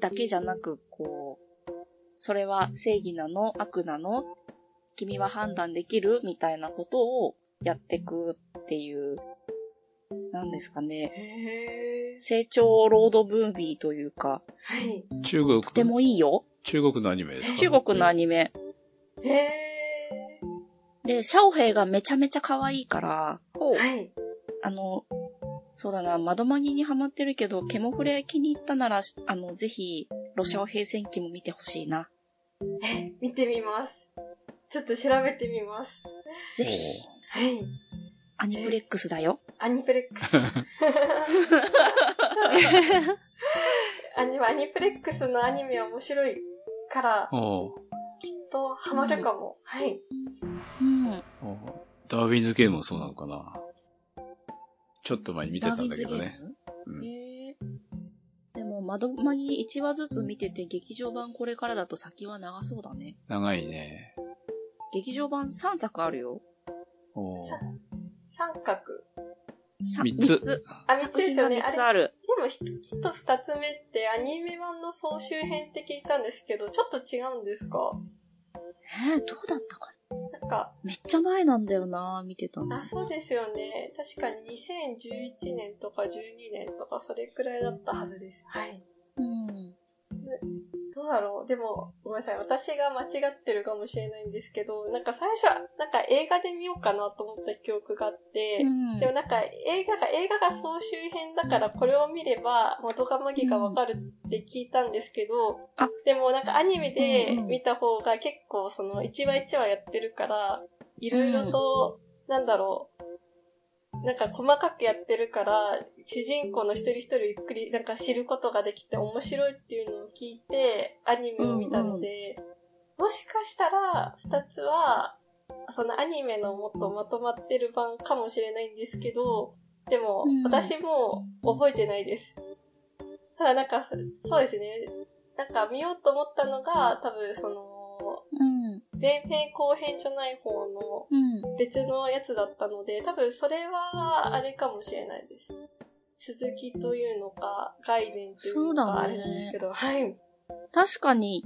Speaker 4: だけじゃなく、こう、それは正義なの悪なの君は判断できるみたいなことをやってくっていう、なんですかね。
Speaker 3: へー。
Speaker 4: 成長ロードブービーというか、
Speaker 3: はい。
Speaker 5: 中国、
Speaker 4: とてもいいよ。
Speaker 5: 中国のアニメですか
Speaker 4: 中国のアニメ。
Speaker 3: へ
Speaker 4: で、シャオヘイがめちゃめちゃ可愛いから、
Speaker 2: ほう
Speaker 3: ー。。はい。
Speaker 4: あの、そうだな、窓マギにハマってるけど、ケモフレ気に入ったなら、あの、ぜひ、ロシアオ平戦記も見てほしいな。
Speaker 3: え、見てみます。ちょっと調べてみます。
Speaker 4: ぜひ、
Speaker 3: はい。
Speaker 4: アニプレックスだよ。
Speaker 3: アニプレックス。アニアニプレックスのアニメは面白いから、
Speaker 5: おおう
Speaker 3: きっとハマるかも。はい。
Speaker 4: うん。
Speaker 5: おうダーウィンズゲームもそうなのかな。ちょっと前に見てたんだけどね。うん
Speaker 4: へーでも、窓マギ1話ずつ見てて、劇場版これからだと先は長そうだね。
Speaker 5: 長いね。
Speaker 4: 劇場版3作あるよ。
Speaker 5: おう
Speaker 3: さ三角。
Speaker 4: さ
Speaker 5: 三つ
Speaker 4: 三つ。
Speaker 3: あ、三つ
Speaker 4: 作
Speaker 3: ですよ
Speaker 4: 品が
Speaker 3: ね。
Speaker 4: 3
Speaker 3: あれ
Speaker 4: つ、ある。
Speaker 3: でも一つと二つ目ってアニメ版の総集編って聞いたんですけど、ちょっと違うんですか
Speaker 4: えー、どうだったか
Speaker 3: なんか、
Speaker 4: めっちゃ前なんだよな、見てたの。
Speaker 3: あ、そうですよね。確かに2011年とか12年とかそれくらいだったはずです。はい。
Speaker 4: うん。
Speaker 3: どうだろうでも、ごめんなさい。私が間違ってるかもしれないんですけど、なんか最初、なんか映画で見ようかなと思った記憶があって、
Speaker 4: うん
Speaker 3: でもなんか映画が、映画が総集編だからこれを見れば元が麦がわかるって聞いたんですけど、
Speaker 4: あ
Speaker 3: でもなんかアニメで
Speaker 4: うんうん
Speaker 3: 見た方が結構その一話一話やってるから、いろいろと、なんだろう、なんか細かくやってるから、主人公の一人一人ゆっくりなんか知ることができて面白いっていうのを聞いて、アニメを見たので、もしかしたら二つは、そのアニメのもっとまとまってる版かもしれないんですけど、でも
Speaker 4: うん、
Speaker 3: 私も覚えてないです。ただなんか、そそうですね。なんか見ようと思ったのが、多分その、
Speaker 4: うん。
Speaker 3: 前編後編じゃない方の
Speaker 4: うん。
Speaker 3: 別のやつだったので、多分それはあれかもしれないです。続きというのか、概念というの
Speaker 4: そうだ
Speaker 3: か、
Speaker 4: ね
Speaker 3: あれなんですけど、はい。
Speaker 4: 確かに、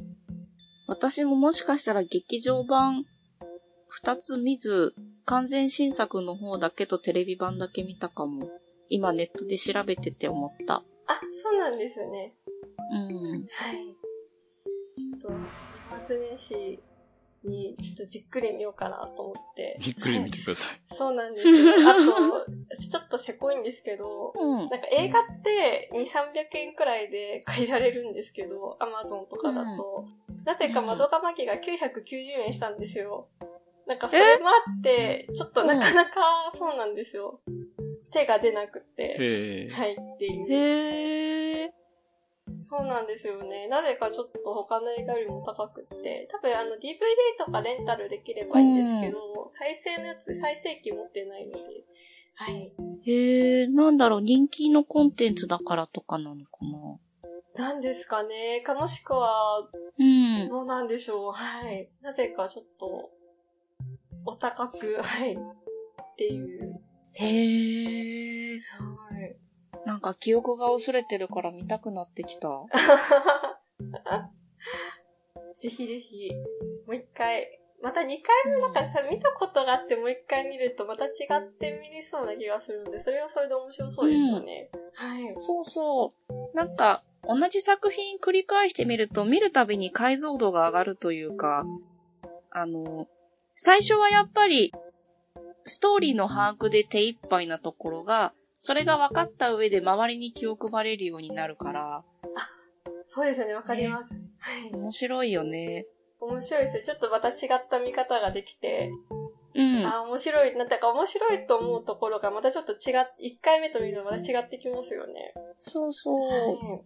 Speaker 4: 私ももしかしたら劇場版二つ見ず、完全新作の方だけとテレビ版だけ見たかも。今ネットで調べてて思った。
Speaker 3: あ、そうなんですね。
Speaker 4: うん。
Speaker 3: はい。ちょっと、年末年始に、ちょっとじっくり見ようかなと思って。
Speaker 5: じっくり見てくだ
Speaker 4: *laughs*
Speaker 5: さい。
Speaker 3: そうなんですよ。あと、ちょっとせこいんですけど、
Speaker 4: うん。
Speaker 3: なんか映画って2、300円くらいで借りられるんですけど、アマゾンとかだと、なぜか窓がまきが990円したんですよ。なんかそれもあって、ちょっとなかなかそうなんですよ。手が出なくて、
Speaker 5: ええ
Speaker 3: はいっていう。
Speaker 2: へえ。
Speaker 3: そうなんですよね。なぜかちょっと他の映画よりも高くって、多分あの DVD とかレンタルできればいいんですけど、再生のやつ、再生機持ってないので、はい。
Speaker 4: へえ、なんだろう、人気のコンテンツだからとかなのかな。
Speaker 3: なんですかね。かもしくは、
Speaker 4: うん。
Speaker 3: どうなんでしょう。はい。なぜかちょっと、お高く、はい。っていう。
Speaker 4: へえ。
Speaker 3: はい。
Speaker 4: なんか記憶が薄れてるから見たくなってきた。
Speaker 3: ぜひぜひ、もう一回。また二回目なんかさ、見たことがあってもう一回見るとまた違って見れそうな気がするので、それはそれで面白そうですよね。はい。
Speaker 4: そうそう。なんか、同じ作品繰り返してみると、見るたびに解像度が上がるというか、あの、最初はやっぱり、ストーリーの把握で手一杯なところが、それが分かった上で周りに気を配れるようになるから、
Speaker 3: そうですよね、わかります。はい。
Speaker 4: 面白いよね。
Speaker 3: 面白いですね。ちょっとまた違った見方ができて、
Speaker 4: うん。
Speaker 3: ああ、面白い。なんだか面白いと思うところがまたちょっと違っ、一回目と見るとまた違ってきますよね。
Speaker 4: そうそう。
Speaker 3: はい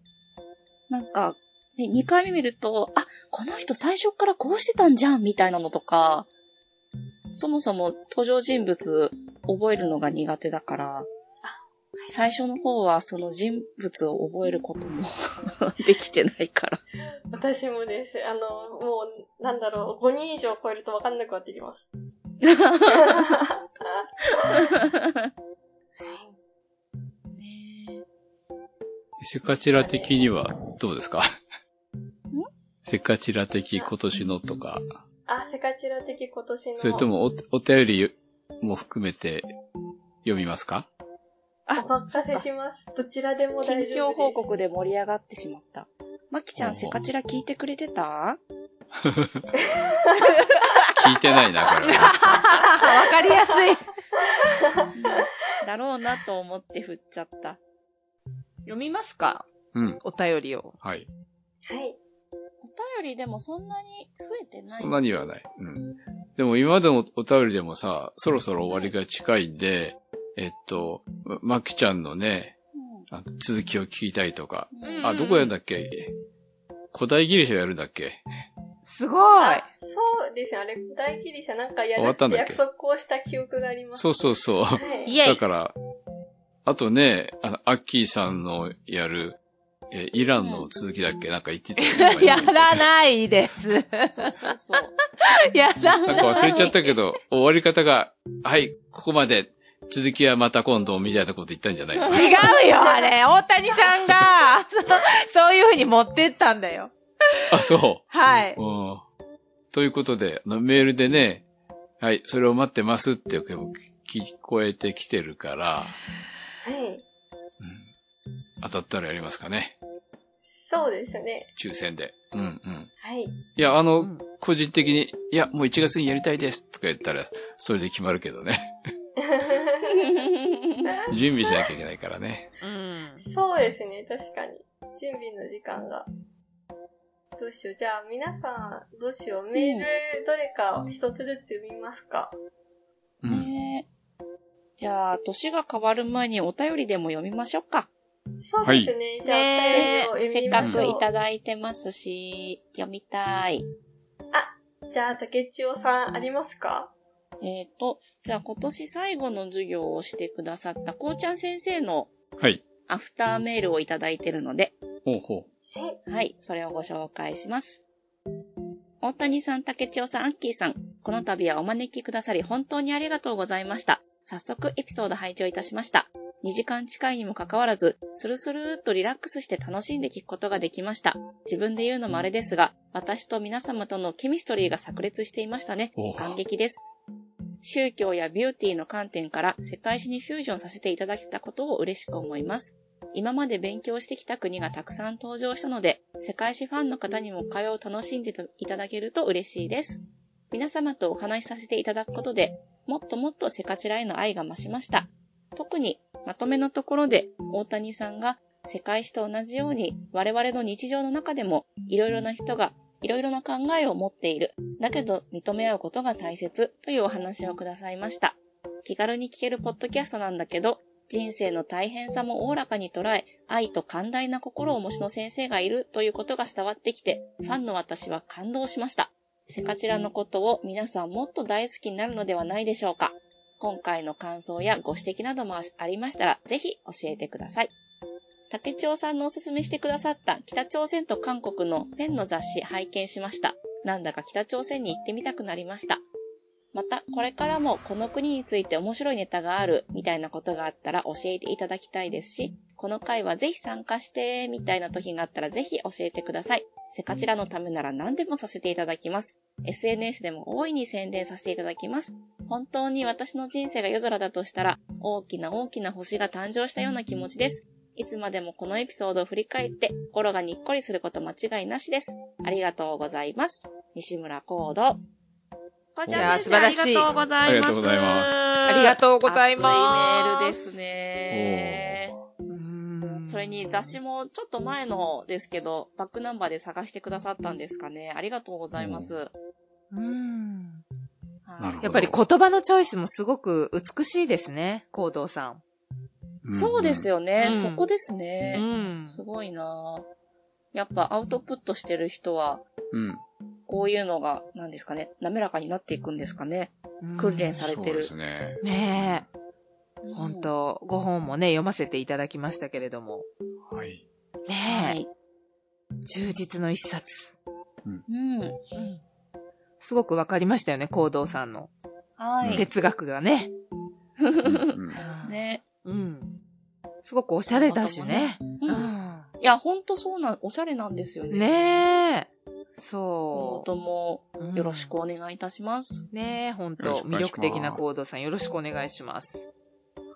Speaker 4: なんか、ね、2回目見ると、あ、この人最初からこうしてたんじゃんみたいなのとか、そもそも登場人物覚えるのが苦手だから、最初の方はその人物を覚えることも *laughs* できてないから。
Speaker 3: 私もです。あの、もう、なんだろう、5人以上超えると分かんなくなってきます。
Speaker 5: せかちら的にはどうですかせかちら的今年のとか、
Speaker 3: あ、セカチラ的今年の。
Speaker 5: それともおお便りも含めて読みますか
Speaker 3: お任せします。どちらでも
Speaker 4: 近
Speaker 3: 大丈夫です。
Speaker 4: 況報告で盛り上がってしまった。まきちゃ
Speaker 5: ほ
Speaker 4: ん、
Speaker 5: う
Speaker 4: せかちら聞いてくれて *laughs* た
Speaker 5: 聞いてないな、これは。
Speaker 2: わかりやすい。
Speaker 4: だろうなと思って振っちゃった。
Speaker 2: *laughs* 読みますか
Speaker 5: うん。
Speaker 2: お便りを。
Speaker 5: はい。
Speaker 3: はい。
Speaker 4: お便りでもそんなに増えてない。
Speaker 5: そんなにはない。うん。でも今までのお便りでもさ、そろそろ終わりが近いんで、えっと、ままきちゃんのね、あ続きを聞きたいとか。
Speaker 4: うん
Speaker 2: うん
Speaker 5: あ、どこやるんだっけ古代ギリシャやるんだっけ
Speaker 2: すごい
Speaker 3: あ、。そうですね。あれ、古代ギリシャなんかや
Speaker 5: 終
Speaker 3: る
Speaker 5: わっ
Speaker 3: ったて
Speaker 5: んだっけ
Speaker 3: 約束をした記憶があります。
Speaker 5: そうそうそう。
Speaker 3: はい。
Speaker 2: イェ
Speaker 5: だ
Speaker 2: イ。
Speaker 5: から、あとね、あの、アッキーさんのやる、え、イランの続きだっけなんか言ってたよね
Speaker 2: やらない *laughs* です。
Speaker 4: そうそうそう。
Speaker 2: やら
Speaker 5: なんか
Speaker 2: ない。
Speaker 5: 忘れちゃったけど、終わり方が、はい、ここまで、続きはまた今度、みたいなこと言った
Speaker 2: *laughs*
Speaker 5: んじゃないかな。
Speaker 2: 違うよ、あれ。大谷さんが、 *laughs* そそういう風に持ってったんだよ。
Speaker 5: あ、そ。。
Speaker 2: はいう
Speaker 5: うん。ということで、あのメールでね、はい、それを待ってますっていう声も聞こえてきてるから、
Speaker 3: はい。
Speaker 5: うん、当たったらやりますかね。
Speaker 3: そうですね。
Speaker 5: 抽選で。うんうん。
Speaker 3: はい。
Speaker 5: いや、あの、
Speaker 2: うん
Speaker 5: 個人的に、いや、もう1月にやりたいですとか言ったら、それで決まるけどね。準備しなきゃいけないからね。
Speaker 2: うん。
Speaker 3: そうですね、確かに。準備の時間が。どうしよう。じゃあ、皆さん、どうしよう。メール、どれか一つずつ読みますか。
Speaker 5: うん。
Speaker 4: ねえじゃあ、年が変わる前にお便りでも読みましょうか。
Speaker 3: そうですね。じゃあ、お便りを読
Speaker 4: せ
Speaker 3: み
Speaker 4: っ
Speaker 3: ま
Speaker 4: か
Speaker 3: しょ
Speaker 4: く
Speaker 3: う。
Speaker 4: いただいてますし、読みたい。
Speaker 3: じゃあ、竹千代さん、ありますか
Speaker 4: えっ、と、じゃあ今年最後の授業をしてくださったこうちゃん先生の
Speaker 5: はい。
Speaker 4: アフターメールをいただいてるので、
Speaker 5: ほうほ
Speaker 4: はい、それをご紹介します。大谷さん、竹千代さん、アッキーさん、この度はお招きくださり本当にありがとうございました。早速エピソード拝聴いたしました。2時間近いにもかかわらず、スルスルーっとリラックスして楽しんで聞くことができました。自分で言うのもあれですが、私と皆様とのケミストリーが炸裂していましたね
Speaker 5: おう。
Speaker 4: 感激です。宗教やビューティーの観点から世界史にフュージョンさせていただけたことを嬉しく思います。今まで勉強してきた国がたくさん登場したので、世界史ファンの方にも会話を楽しんでいただけると嬉しいです。皆様とお話しさせていただくことで、もっともっとセカチラへの愛が増しました。特に、まとめのところで、大谷さんが世界史と同じように、我々の日常の中でも、いろいろな人が、いろいろな考えを持っている。だけど、認め合うことが大切。というお話をくださいました。気軽に聞けるポッドキャストなんだけど、人生の大変さもおおらかに捉え、愛と寛大な心をお持ちの先生がいるということが伝わってきて、ファンの私は感動しました。セカチラのことを皆さんもっと大好きになるのではないでしょうか。今回の感想やご指摘などもありましたら、ぜひ教えてください。竹千代さんのおすすめしてくださった北朝鮮と韓国のペンの雑誌拝見しました。なんだか北朝鮮に行ってみたくなりました。また、これからもこの国について面白いネタがあるみたいなことがあったら教えていただきたいですし、この回はぜひ参加してみたいな時があったらぜひ教えてください。せかちらのためなら何でもさせていただきます。SNS でも大いに宣伝させていただきます。本当に私の人生が夜空だとしたら、大きな大きな星が誕生したような気持ちです。いつまでもこのエピソードを振り返って、心がにっこりすること間違いなしです。ありがとうございます。西村幸堂。こち
Speaker 2: い
Speaker 4: ら先生、
Speaker 2: や
Speaker 4: あ
Speaker 2: ー
Speaker 4: り
Speaker 2: 素晴らしい
Speaker 4: がとうござい
Speaker 5: あり
Speaker 4: ます。
Speaker 5: がとうございます
Speaker 2: ありがとうございます
Speaker 4: 熱いメールですね。
Speaker 2: うん
Speaker 4: それに雑誌もちょっと前のですけど、バックナンバーで探してくださったんですかね。ありがとうございます。
Speaker 2: うん
Speaker 4: はい
Speaker 5: なるほど
Speaker 2: やっぱり言葉のチョイスもすごく美しいですね、行動さん。
Speaker 5: う。
Speaker 4: そうですよね。
Speaker 2: うん
Speaker 4: そこです
Speaker 2: う
Speaker 4: ね。
Speaker 2: ん。
Speaker 4: すごいなぁやっぱアウトプットしてる人は、
Speaker 5: うん。
Speaker 4: こういうのが、なんですかね、滑らかになっていくんですかね。
Speaker 2: うん
Speaker 4: 訓練され
Speaker 5: そう
Speaker 4: て
Speaker 5: で
Speaker 4: る
Speaker 5: す。ね。
Speaker 2: ねえ、本当ご本もね、読ませていただきましたけれども。
Speaker 5: はい。
Speaker 2: ね
Speaker 4: うん。
Speaker 2: え、
Speaker 4: はい。
Speaker 2: 充実の一冊。
Speaker 4: うん。
Speaker 2: すごくわかりましたよね、行動さんの。
Speaker 4: はい。
Speaker 2: 哲学がね。
Speaker 5: うんうん
Speaker 4: ね。
Speaker 2: うん。すごくおしゃれだしね。
Speaker 4: う。
Speaker 2: うんん。
Speaker 4: いや、ほんとそうなん、おしゃれなんですよね。
Speaker 2: ねえ。
Speaker 4: 今
Speaker 2: そ
Speaker 4: 後とも
Speaker 2: う。うん
Speaker 4: よろしくお願いいたします。
Speaker 2: ねえ、ほん
Speaker 5: よろ
Speaker 2: と。
Speaker 5: しくお願
Speaker 2: 魅
Speaker 5: いします
Speaker 2: 力的な行動さん、よろしくお願いします。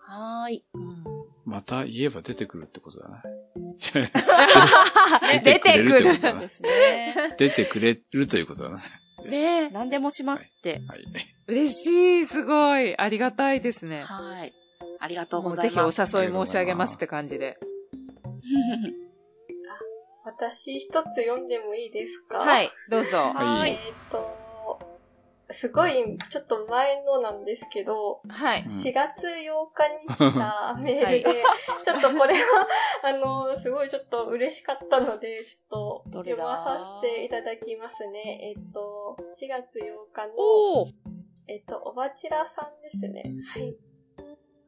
Speaker 4: はーい。
Speaker 2: うん
Speaker 5: また言えば出てくるってことだな。
Speaker 2: 出てく
Speaker 5: 出てく
Speaker 2: る
Speaker 5: るってこと。だ
Speaker 4: そう
Speaker 5: な
Speaker 4: で。すね。
Speaker 5: 出てくれるということだな。よし
Speaker 2: ねえ。
Speaker 4: 何でもしますって。
Speaker 5: はい。
Speaker 2: 嬉しい、すごい。ありがたいですね。
Speaker 4: はい。ありがとう
Speaker 2: も
Speaker 4: ご
Speaker 2: う
Speaker 4: ざい
Speaker 2: ぜ
Speaker 4: ま
Speaker 2: ひお
Speaker 4: す。
Speaker 2: 誘い申し上げますって感じで。
Speaker 3: 私、一つ読んでもいいですか
Speaker 2: はい、どうぞ。
Speaker 5: はい
Speaker 3: えーっと、すごい、ちょっと前のなんですけど、
Speaker 2: *laughs* はい。
Speaker 5: うん
Speaker 3: 4月8日に来たメールで、ちょっとこれは、あの、すごいちょっと嬉しかったので、ちょっと
Speaker 4: どれ
Speaker 3: 読
Speaker 4: だ
Speaker 3: まさせていただきますね。えっと、4月8日の、
Speaker 4: *laughs* おー
Speaker 3: えっと、おばちらさんですね。はい。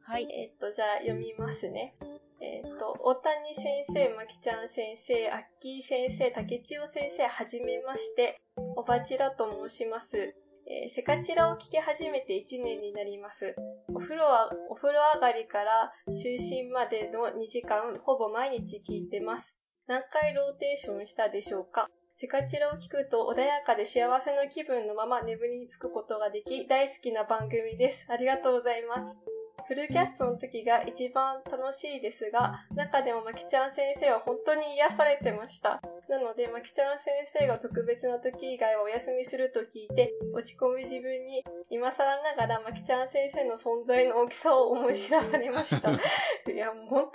Speaker 4: はい。
Speaker 3: えっと、じゃあ読みますね。えっと、大谷先生、まきちゃん先生、アッキー先生、竹千代先生、はじめまして、おばちらと申します。えーセカチラを聞き始めて1年になります。お風呂は、お風呂上がりから就寝までの2時間、ほぼ毎日聞いてます。何回ローテーションしたでしょうかセカチラを聞くと穏やかで幸せの気分のまま眠りにつくことができ、大好きな番組です。ありがとうございます。フルキャストの時が一番楽しいですが、中でもまきちゃん先生は本当に癒されてました。なので、まきちゃん先生が特別な時以外はお休みすると聞いて、落ち込む自分に、今更ながらまきちゃん先生の存在の大きさを思い知らされま *laughs* した。いや、もう本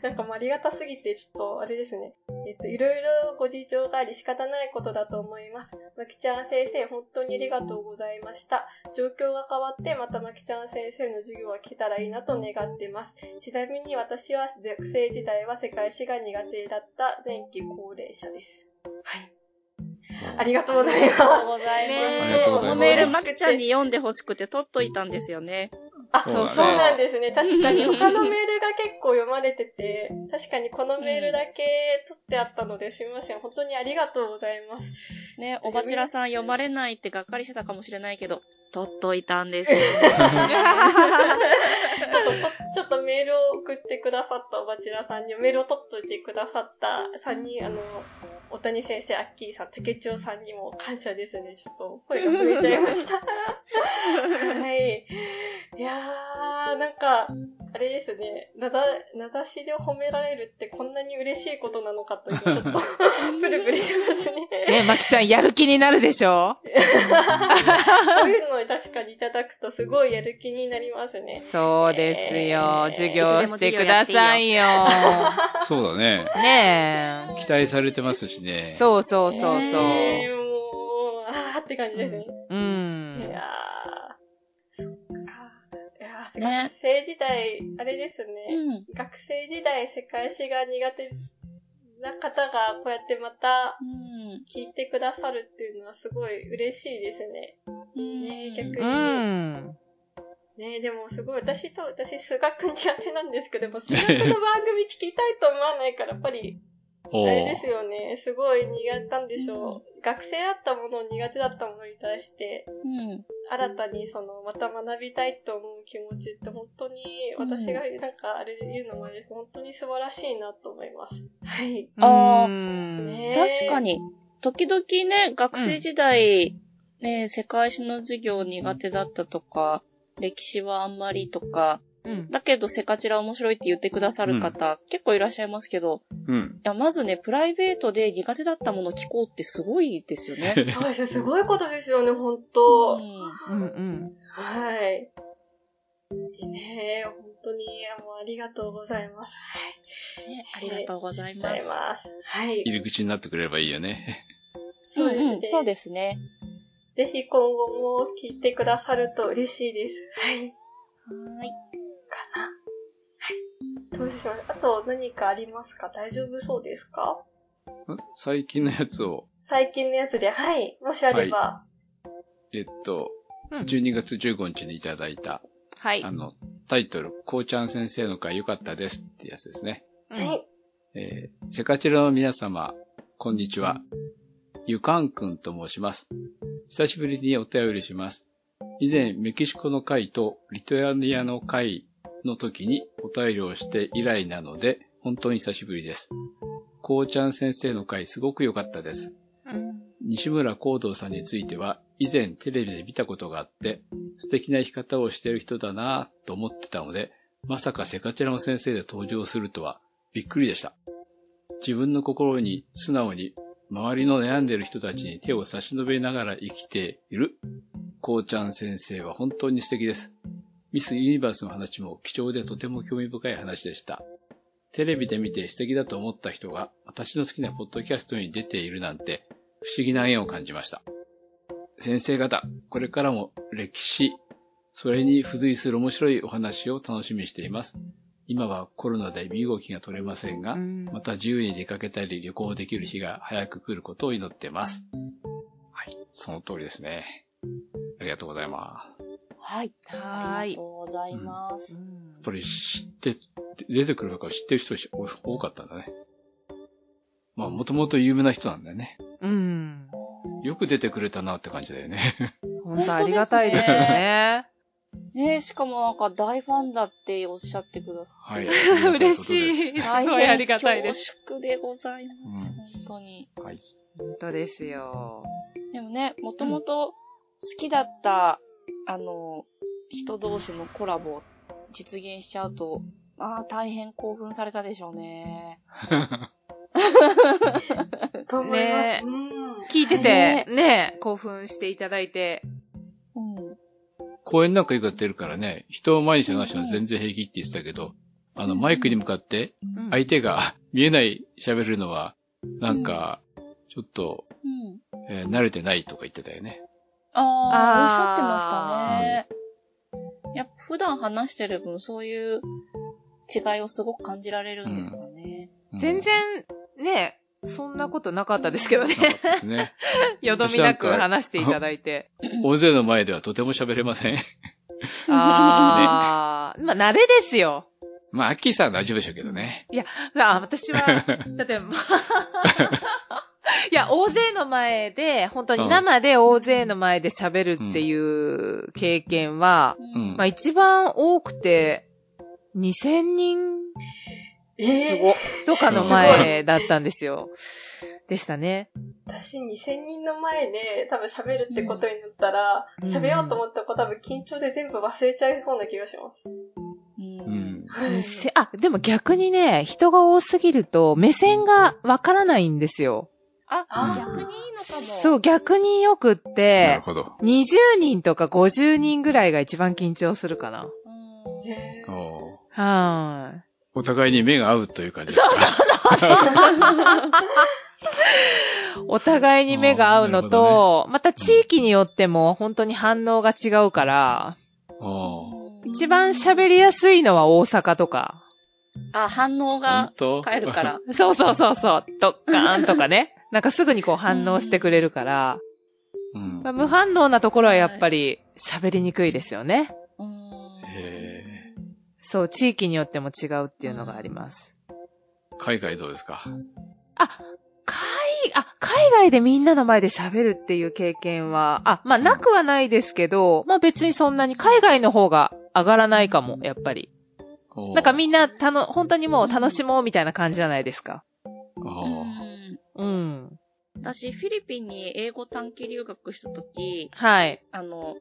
Speaker 3: 当、なんかもうありがたすぎて、ちょっとあれですね。えっと、いろいろご事情があり仕方ないことだと思います。まきちゃん先生、本当にありがとうございました。状況が変わって、またまきちゃん先生の授業が聞けたらいいなと願ってます。ちなみに私は学生時代は世界史が苦手だった前期高齢者です。はい。ありがとうございます。
Speaker 4: ありがとうございます。
Speaker 2: ね
Speaker 4: ちょっとこのメー
Speaker 3: ありがとうございま
Speaker 4: ル、
Speaker 3: す
Speaker 4: まきちゃんに読んでほしくて取っといたんですよね。
Speaker 3: あ、
Speaker 5: そう
Speaker 2: だね
Speaker 3: そうなんですね。確かに他のメールが結構読まれてて、確かにこのメールだけ取ってあったのですみません。本当にありがとうございます。
Speaker 4: ね、おばちらさん読まれないってがっかりしてたかもしれないけど、取っといたん *laughs* ですよね。
Speaker 3: ちょっとと、ちょっとメールを送ってくださったおばちらさんに、メールを取っといてくださった3人、あの、小谷先生、あっきりさん、竹千代さんにも感謝ですね。ちょっと声が震えちゃいま *laughs* した。はい。いやー、なんか、あれですね、なだ、なだしで褒められるってこんなに嬉しいことなのか *laughs* という、ちょっと、プルプルしますね。 *laughs*
Speaker 2: ね、まきちゃんやる気になるでしょ
Speaker 3: そういうのを確かにいただくとすごいやる気になりますね。
Speaker 2: そうですよ。
Speaker 3: えー
Speaker 2: 授業してくださいよ。
Speaker 5: そうだね。
Speaker 2: ね
Speaker 5: 期待されてますし
Speaker 2: え。
Speaker 5: ね。う。
Speaker 2: そうそうそうそう。
Speaker 3: えーもう、あーって感じですね。
Speaker 2: うん
Speaker 3: い。やー、そっか。いやー
Speaker 4: ね
Speaker 3: 学生時代、あれですね。
Speaker 4: うん。
Speaker 3: 学生時代、世界史が苦手な方が、こうやってまた
Speaker 4: うん。
Speaker 3: 聞いてくださるっていうのはすごい嬉しいですね。
Speaker 4: うん。
Speaker 3: 逆に
Speaker 2: うん。
Speaker 3: ねでもすごい、私と、私、数学苦手なんですけど、でも数学の番組聞きたいと思わないから、やっぱり、
Speaker 5: お
Speaker 3: あれ
Speaker 5: ー
Speaker 3: ですよね。すごい苦手なんでしょう。学生だったもの、苦手だったものに対して、
Speaker 4: うん。
Speaker 3: 新たにそのまた学びたいと思う気持ちって本当に私がなんかあれ言うのもあれですけど本当に素晴らしいなと思います。はい。
Speaker 4: あー
Speaker 2: ね
Speaker 3: ね
Speaker 4: 確か。に、時々ね、学生時代、ね、世界史の授業苦手だったとか、歴史はあんまりとか、
Speaker 2: うん。
Speaker 4: だけどセカチラ面白いって言ってくださる方、結構いらっしゃいますけど、
Speaker 5: うん。
Speaker 4: いや、まずね、プライベートで苦手だったもの聞こうってすごいですよ
Speaker 5: *laughs*
Speaker 4: ね。
Speaker 3: そうですよ。すごいことですよね、本
Speaker 4: う
Speaker 3: 当。
Speaker 4: ん
Speaker 2: うんうん。
Speaker 3: はい。ねえ、本当にもうありがとうございます。はい。
Speaker 4: ねありがとうござい
Speaker 3: ありが
Speaker 4: ま
Speaker 3: とう
Speaker 4: す。
Speaker 3: ございます。はい。
Speaker 5: 入り口になってくれればいいよね。
Speaker 3: そうですね
Speaker 4: んんそうですね。
Speaker 3: ぜひ今後も聞いてくださると嬉しいです。はい。
Speaker 4: はい。
Speaker 3: かな。はい。どうしましょう。あと何かありますか大丈夫そうですか
Speaker 5: 最近のやつを、
Speaker 3: 最近のやつで、はい、もしあれば。
Speaker 5: えっと、
Speaker 2: うん
Speaker 5: 12月15日にいただいた、
Speaker 2: はい
Speaker 5: あ。の、タイトル、こうちゃん先生の会良かったですってやつですね。
Speaker 2: う
Speaker 3: はい。
Speaker 2: ん
Speaker 5: えー、セカチラの皆様、こんにちは。ゆかんくんと申します。久しぶりにお便りします。以前、メキシコの会とリトアニアの会の時にお便りをして以来なので、本当に久しぶりです。こうちゃん先生の会すごく良かったです。西村光道さんについては、以前テレビで見たことがあって、素敵な生き方をしている人だなぁと思ってたので、まさかセカチラの先生で登場するとは、びっくりでした。自分の心に素直に、周りの悩んでいる人たちに手を差し伸べながら生きている、こうちゃん先生は本当に素敵です。ミス・ユニバースの話も貴重でとても興味深い話でした。テレビで見て素敵だと思った人が、私の好きなポッドキャストに出ているなんて、不思議な縁を感じました。先生方、これからも歴史、それに付随する面白いお話を楽しみにしています。今はコロナで身動きが取れませんが、
Speaker 2: うん
Speaker 5: また自由に出かけたり旅行できる日が早く来ることを祈ってます。はい、その通りですね。ありがとうございます。や
Speaker 4: はい。
Speaker 2: は
Speaker 4: あ
Speaker 2: ー
Speaker 4: り
Speaker 2: い
Speaker 4: がと。うございます。
Speaker 5: っぱり知って、出てくるから知ってる人多多かったんだね。まあ、もともと有名な人なんだよね。
Speaker 2: うん。
Speaker 5: よく出てくれたなって感じだよ *laughs* ね。
Speaker 2: 本当ありがたいですよね。
Speaker 4: ねしかもなんか大ファンだっておっしゃってくださ
Speaker 5: はい。
Speaker 2: *laughs* 嬉しい。
Speaker 5: *laughs* ありがたいことですす
Speaker 2: ごいありがたいです。
Speaker 4: 恐縮でございます。
Speaker 5: うん
Speaker 4: 本当に。
Speaker 5: はい。
Speaker 2: 本当ですよ。
Speaker 4: でもね、もともと好きだった、あの、人同士のコラボを実現しちゃうと、まあ大変興奮されたでしょうね。
Speaker 3: と思います。うん。
Speaker 2: 聞いてて
Speaker 4: ね、
Speaker 2: ね、興奮していただいて。
Speaker 4: うん。
Speaker 5: 公園なんかよくやってるからね、人を前にして話すのは全然平気って言ってたけど、あの、マイクに向かって、
Speaker 2: うん
Speaker 5: 相手が見えない喋るのは、なんか、ちょっと、
Speaker 4: うん。
Speaker 5: えー慣れてないとか言ってたよね。
Speaker 4: あ
Speaker 5: あ
Speaker 4: あ、
Speaker 5: ー
Speaker 4: おっしゃってましたね。やっぱ普段話してる分、そういう違いをすごく感じられるんですよね。
Speaker 5: うん
Speaker 2: 全。然、ね、そんなことなかったですけどね
Speaker 5: な。かったですね。
Speaker 2: *laughs* よどみなく話していただいて。
Speaker 5: 大勢の前ではとても喋れません。 *laughs*
Speaker 2: ああ、まあ、慣れですよ。
Speaker 5: まあ、アッキーさんは大丈夫でしょうけ
Speaker 2: *laughs*
Speaker 5: どね。
Speaker 2: ああ、私
Speaker 5: *laughs*
Speaker 2: は、だって、まあ、いや、大勢の前で、本当
Speaker 5: う
Speaker 2: に
Speaker 5: ん
Speaker 2: 生で大勢の前で喋るっていう経験は、
Speaker 5: うん
Speaker 2: まあ一番多くて、2000人
Speaker 3: え
Speaker 4: すごっ。
Speaker 2: とかの前だったんですよ。でしたね。
Speaker 3: 私2000人の前で多分喋るってことになったら、
Speaker 2: うん
Speaker 3: 喋ろうと思ったこと多分緊張で全部忘れちゃいそうな気がします。
Speaker 4: うん
Speaker 5: うん。
Speaker 2: せあ、でも逆にね、人が多すぎると目線がわからないんですよ。
Speaker 4: あ、
Speaker 5: うん
Speaker 4: 逆にいいのかも。
Speaker 2: そう、逆によくっ
Speaker 5: なる
Speaker 2: て、
Speaker 5: ほど。
Speaker 2: 20人とか50人ぐらいが一番緊張するかな。
Speaker 4: うん。
Speaker 3: へー
Speaker 5: おー
Speaker 2: はーい。
Speaker 5: お互いに目が合うという感じですか。
Speaker 2: お互いに目が合うの
Speaker 5: あーなる
Speaker 2: と、また地域によっても本当に反応が違うから、
Speaker 5: おー
Speaker 2: 一番喋りやすいのは大阪とか、
Speaker 4: あ、反応
Speaker 5: 本
Speaker 4: が
Speaker 5: 当
Speaker 4: 変えるか。ら。
Speaker 2: そうそうそうそう、ドッカーンとか *laughs* ね、なんかすぐにこう反応してくれるから、
Speaker 5: うん
Speaker 2: まあ。無反応なところはやっぱり喋りにくいですよね。
Speaker 4: うん
Speaker 5: え
Speaker 2: そう、地域によっても違うっていうのがあります。
Speaker 5: ー海外どうですか
Speaker 2: 海、あ、海外でみんなの前で喋るっていう経験は、あ、まあなくはないですけど、まあ別にそんなに海外の方が上がらないかも、やっぱり。
Speaker 5: おー
Speaker 2: なんかみんな、たの、本当にもう楽しもうみたいな感じじゃないですか。
Speaker 5: おー
Speaker 2: うん。
Speaker 4: 私、フィリピンに英語短期留学したとき、
Speaker 2: はい。
Speaker 4: あの、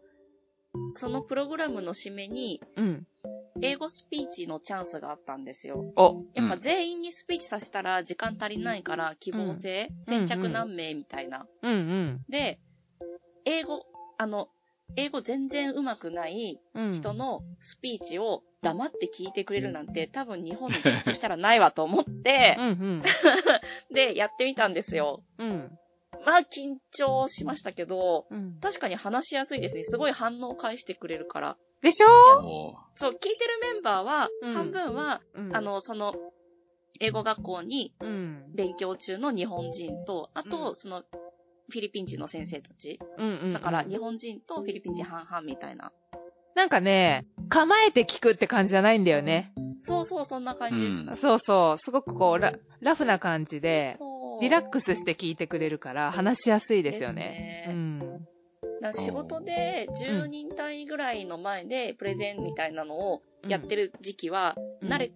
Speaker 4: そのプログラムの締めに、
Speaker 2: うん。
Speaker 4: 英語スピーチのチャンスがあったんですよ。
Speaker 2: お、
Speaker 4: やっぱ全員にスピーチさせたら時間足りないから、希望制、先着何名みたいな。
Speaker 2: うんうん。
Speaker 4: で、英語、あの、英語全然上手くない
Speaker 2: うん。
Speaker 4: 人のスピーチを黙って聞いてくれるなんて、多分日本でチェックしたらないわと思って
Speaker 2: う、んうん。
Speaker 4: で、やってみたんですよ。
Speaker 2: うん。
Speaker 4: まあ、緊張しましたけど、
Speaker 2: うん。
Speaker 4: 確かに話しやすいですね。すごい反応を返してくれるから。
Speaker 2: でしょ
Speaker 5: おー
Speaker 4: そう、聞いてるメンバーは、
Speaker 2: うん
Speaker 4: 半分は、
Speaker 2: うん
Speaker 4: あ、の、その、英語学校に
Speaker 2: うん。
Speaker 4: 勉強中の日本人と、あと、
Speaker 2: うん
Speaker 4: その、フィリピン人の先生たち。
Speaker 2: うんうん。
Speaker 4: だから、日本人とフィリピン人半々みたいな。
Speaker 2: なんかね、構えて聞くって感じじゃないんだよね。
Speaker 4: そうそう、そんな感じです。
Speaker 5: うん
Speaker 2: そうそう。すごくこう、ララフな感じで、
Speaker 4: そう。
Speaker 2: リラックスして聞いてくれるから話しやすいですよね。
Speaker 4: で
Speaker 2: う
Speaker 4: すね
Speaker 2: ん。
Speaker 4: だから仕事で10人単位ぐらいの前でプレゼンみたいなのをやってる時期は、
Speaker 2: うん
Speaker 4: 慣れ、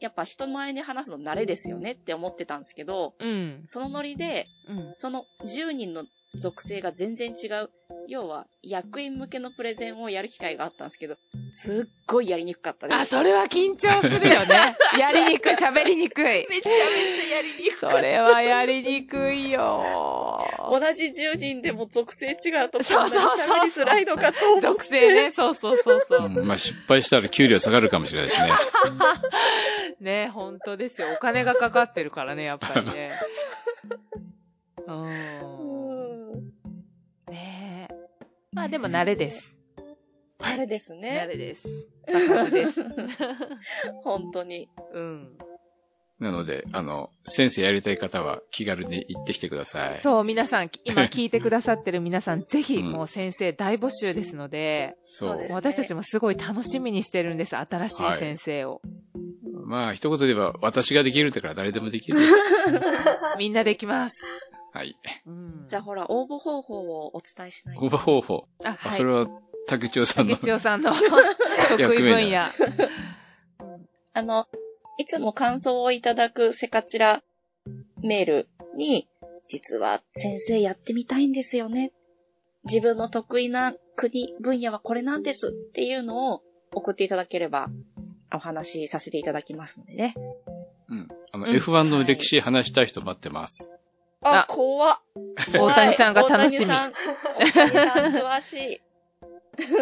Speaker 4: やっぱ人前で話すの慣れですよねって思ってたんですけど、
Speaker 2: うん。
Speaker 4: そのノリで、
Speaker 2: うん。
Speaker 4: その10人の属性が全然違う。要は、役員向けのプレゼンをやる機会があったんですけど、すっごいやりにくかったで
Speaker 2: あ、
Speaker 4: す。
Speaker 2: それは緊張するよ *laughs* ね。やりにくい、喋りにくい。
Speaker 4: めちゃめちゃやりにく
Speaker 2: そ
Speaker 4: かった。
Speaker 2: れはやりにくい *laughs* よ。
Speaker 4: 同じ10人でも属性違うと
Speaker 2: そ
Speaker 4: こ
Speaker 2: うんそう
Speaker 4: なに
Speaker 2: そうそう
Speaker 4: 喋りづらいのかと思う。
Speaker 2: 属性ね、そうそうそうそうう。
Speaker 5: んまあ失敗したら給料下がるかもしれない
Speaker 2: *laughs*
Speaker 5: しね。
Speaker 2: ね、本当ですよ。お金がかかってるからね、やっぱりね。うーん。
Speaker 4: うん
Speaker 2: ねえ。まあでも慣れです。
Speaker 4: あれです
Speaker 2: 慣
Speaker 4: ね。
Speaker 2: れ
Speaker 4: *laughs*
Speaker 2: です。爆発です。
Speaker 4: 本当に。
Speaker 2: うん。
Speaker 5: なので、あの、先生やりたい方は気軽に行ってきてください。そう。
Speaker 2: そう、皆さん、今聞いてくださってる皆さん、ぜひ
Speaker 5: うん
Speaker 2: もう先生大募集ですので、
Speaker 4: そうですね
Speaker 2: 私たちもすごい楽しみにしてるんです、新しい先生を。
Speaker 5: まあ、一言で言えば、私ができるんだから誰でもで
Speaker 2: *laughs*
Speaker 5: きる。
Speaker 2: みんなできます。
Speaker 5: はい。
Speaker 2: うん。
Speaker 4: じゃあほら、応募方法をお伝えしない
Speaker 5: 応
Speaker 4: と。
Speaker 5: 募方法。
Speaker 2: あ、
Speaker 5: あ、
Speaker 2: はい
Speaker 5: それ。は、竹千代さん
Speaker 2: 竹
Speaker 5: の。
Speaker 2: 千代さんの *laughs* 得意分野。
Speaker 4: あの、いつも感想をいただくセカチラメールに、実は先生やってみたいんですよね。自分の得意な国、分野はこれなんですっていうのを送っていただければお話しさせていただきますのでね。
Speaker 5: うん。あの、
Speaker 2: うん
Speaker 5: F1 の歴史話したい人待ってます。
Speaker 2: あ、
Speaker 4: あ怖っ。
Speaker 2: 大谷さんが楽しみ。
Speaker 4: はい
Speaker 2: *laughs*
Speaker 4: 大谷さん、大谷さん詳しい。そ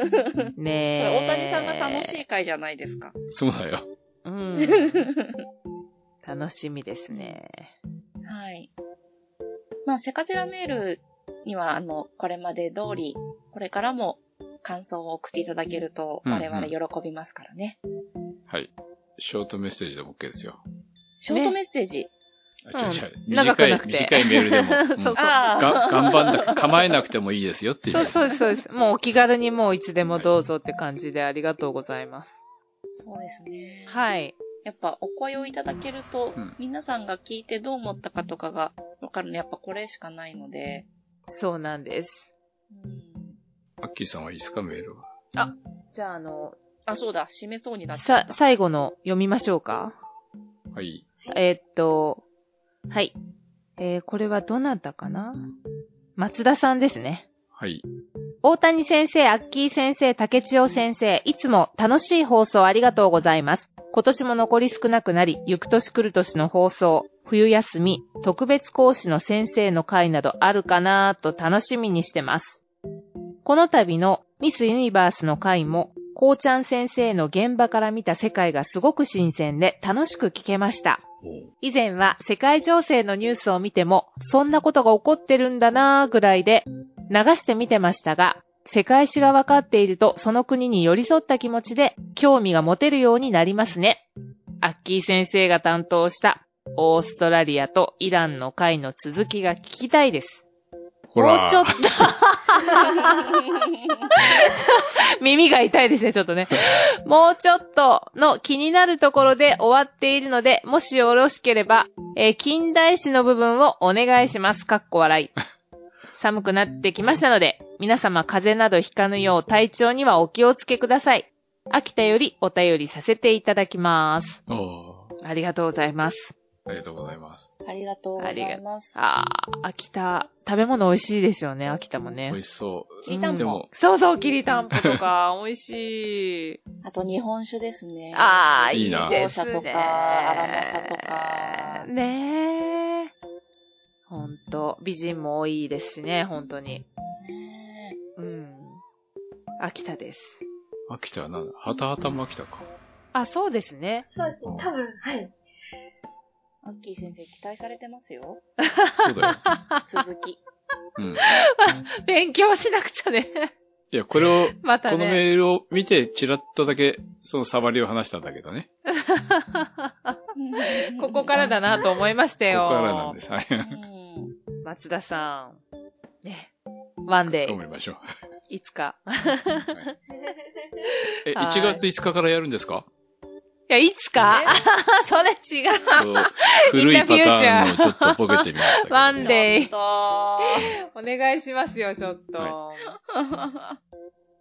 Speaker 2: ね
Speaker 4: れ
Speaker 2: え。
Speaker 4: 大谷さんが楽しい回じゃないですか。
Speaker 5: そうだよ。
Speaker 2: うん。楽しみですね。
Speaker 4: はい。まあ、セカジラメールには、あの、これまで通り、これからも感想を送っていただけると、
Speaker 5: うんうん
Speaker 4: 我々喜びますからね。
Speaker 5: はい。ショートメッセージでも OK ですよ。
Speaker 4: ショートメッセージ。
Speaker 5: あ、違う違う。
Speaker 2: うん長く
Speaker 5: 短い
Speaker 2: な、くて
Speaker 5: 短いメール
Speaker 2: *laughs*
Speaker 5: でも。うん
Speaker 2: そうそう
Speaker 4: あ
Speaker 5: が頑張んなく、構えなくてもいいですよっていう。
Speaker 2: そうそうですそうです。もうお気軽にもういつでもどうぞって感じでありがとうございます。
Speaker 4: そうですね。
Speaker 2: はい。
Speaker 4: やっぱお声をいただけると、
Speaker 5: うん
Speaker 4: 皆さんが聞いてどう思ったかとかがわかるの、やっぱこれしかないので。
Speaker 2: そうなんです。
Speaker 4: うん
Speaker 5: アッキーさんはいいですか、メールは。
Speaker 2: じゃあ、あの、
Speaker 4: あ、そうだ、締めそうになっちゃっ
Speaker 2: さ、
Speaker 4: た。
Speaker 2: 最後の読みましょうか。
Speaker 5: はい。
Speaker 2: えーっと、はい。えーこれはどなたかな松田さんですね。
Speaker 5: はい。
Speaker 2: 大谷先生、アッキー先生、竹千代先生、いつも楽しい放送ありがとうございます。今年も残り少なくなり、ゆく年来る年の放送、冬休み、特別講師の先生の会などあるかなぁと楽しみにしてます。この度のミスユニバースの会も、こうちゃん先生の現場から見た世界がすごく新鮮で楽しく聞けました。
Speaker 5: おう
Speaker 2: 以前は世界情勢のニュースを見ても、そんなことが起こってるんだなーぐらいで流して見てましたが、世界史が分かっているとその国に寄り添った気持ちで興味が持てるようになりますね。アッキー先生が担当したオーストラリアとイランの会の続きが聞きたいです。
Speaker 5: ほら。
Speaker 2: もうちょっと *laughs* 耳が痛いですね、ちょっとね。もうちょっとの気になるところで終わっているので、もしよろしければ、えー近代史の部分をお願いします。かっこ笑い。寒くなってきましたので、皆様風邪などひかぬよう体調にはお気をつけください。秋田よりお便りさせていただきます。
Speaker 5: おう
Speaker 2: ありがとうございます。
Speaker 5: ありがとうございます。
Speaker 4: ありがとうございます。
Speaker 2: あー、秋田、食べ物美味しいですよね、秋田も
Speaker 5: 美
Speaker 2: ね。
Speaker 5: 味しそう。
Speaker 4: きりたんぽ
Speaker 5: でも、
Speaker 2: そうそう、きりたんぽとか、美味しい。
Speaker 4: あと日本酒ですね。
Speaker 2: ああ、
Speaker 5: い
Speaker 2: い
Speaker 5: い
Speaker 2: い
Speaker 5: な
Speaker 2: ですね。
Speaker 4: 紅茶とかアラモサとか
Speaker 2: ねえ。ほんと、美人も多いですしね、ほんとに。
Speaker 4: ね
Speaker 2: うん。秋田です。
Speaker 5: 秋田はなんだはたはたも秋田か。
Speaker 2: あ、そうですね。
Speaker 3: そうですね。多分、はい。
Speaker 4: アッキー先生期待されてますよ。
Speaker 2: *laughs*
Speaker 5: そうだよ。
Speaker 4: 続き。。
Speaker 5: うん。い
Speaker 2: 勉強しなくちゃね。 *laughs*
Speaker 5: や、これを、
Speaker 2: ま
Speaker 5: こ
Speaker 2: た
Speaker 5: の
Speaker 2: ね。
Speaker 5: メールを見て、ちらっとだけ、そのサバリを話したんだけどね。
Speaker 2: *laughs* ここからだなと思いました
Speaker 5: こ
Speaker 2: よ。
Speaker 5: こからなんです。はいう
Speaker 4: ん。
Speaker 2: 松田さん。ね。ワンデ
Speaker 5: 頑
Speaker 2: イ
Speaker 5: 張、りましょう。
Speaker 2: いつか。
Speaker 5: え、
Speaker 2: はい
Speaker 5: 1月5日からやるんですか
Speaker 2: いや、いつか *laughs* それ違う。
Speaker 5: そう。古いパターンをちょっとボケてみましたけど。
Speaker 2: ワンデイ
Speaker 4: ちょっと
Speaker 2: *laughs* お願いしますよ、ちょっと。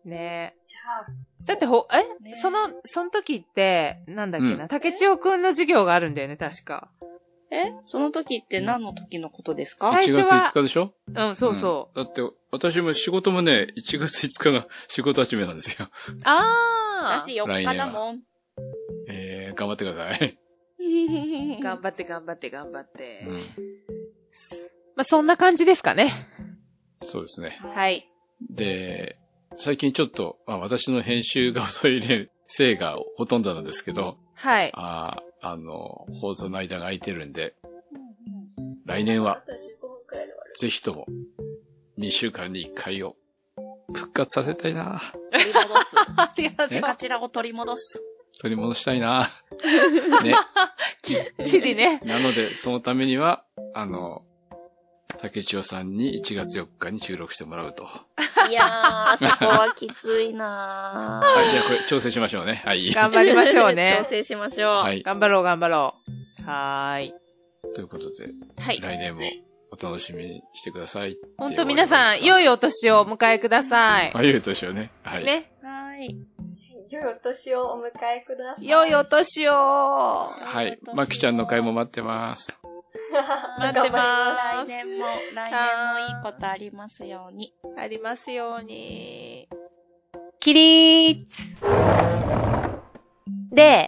Speaker 2: ね
Speaker 3: じゃあ、
Speaker 2: え。だってほ、え、
Speaker 4: ねえ
Speaker 2: その、その時って、なんだっけな、
Speaker 5: うん
Speaker 2: 竹千代くんの授業があるんだよね、確か。
Speaker 4: えその時って何の時のことですか、
Speaker 2: 最
Speaker 5: 1
Speaker 2: 初
Speaker 5: 月
Speaker 2: は
Speaker 5: 5日でしょ
Speaker 2: うん、そうそう。
Speaker 5: うん。だって、私も仕事もね、1月5日が仕事始めなんですよ。
Speaker 2: ああ
Speaker 4: 私4日だもん。
Speaker 5: えー、頑張ってください。
Speaker 2: 頑張って頑張って頑張って。
Speaker 5: うん。
Speaker 2: まあ、そんな感じですかね。
Speaker 5: そうですね。
Speaker 2: はい。
Speaker 5: で、最近ちょっと、まあ、私の編集が遅いせいがほとんどなんですけど、
Speaker 2: はい。
Speaker 5: あーあの、放送の間が空いてるんで、
Speaker 4: うん
Speaker 5: 来年
Speaker 3: あ
Speaker 5: は
Speaker 3: と15分くらいで終わる。
Speaker 5: ぜひとも2週間に1回を復活させたいな
Speaker 4: 取り戻
Speaker 2: *laughs*
Speaker 4: す。
Speaker 2: ありがとう
Speaker 4: セカチラを取り戻す。
Speaker 5: 取り戻したい
Speaker 2: *laughs*
Speaker 5: なね。
Speaker 2: きっちりね。
Speaker 5: なので、そのためには、あの、竹千代さんに1月4日に収録してもらうと。はい
Speaker 4: *laughs* やー、そこはきついなー。
Speaker 5: い、じゃあこれ調整しましょうね。はい。
Speaker 2: 頑張りましょうね
Speaker 4: *laughs* 調。整しましょう。
Speaker 5: はい。
Speaker 2: 頑張ろう頑張ろう。はーい。
Speaker 5: ということで、
Speaker 2: はい。
Speaker 5: 来年もお楽しみにしてください。
Speaker 2: ほんと皆さん、良
Speaker 5: い。
Speaker 2: いお年をお迎えください。
Speaker 5: あ、良いお年をね。はい。
Speaker 2: ね。
Speaker 4: はい。
Speaker 3: 良いお年をお迎えください。
Speaker 2: 良いお年を。
Speaker 5: はい。まきちゃんの会も待ってます。
Speaker 2: 待ってまー
Speaker 4: 来
Speaker 2: す。
Speaker 4: 年も、来年もいいことありますように。
Speaker 2: ありますように。起立で、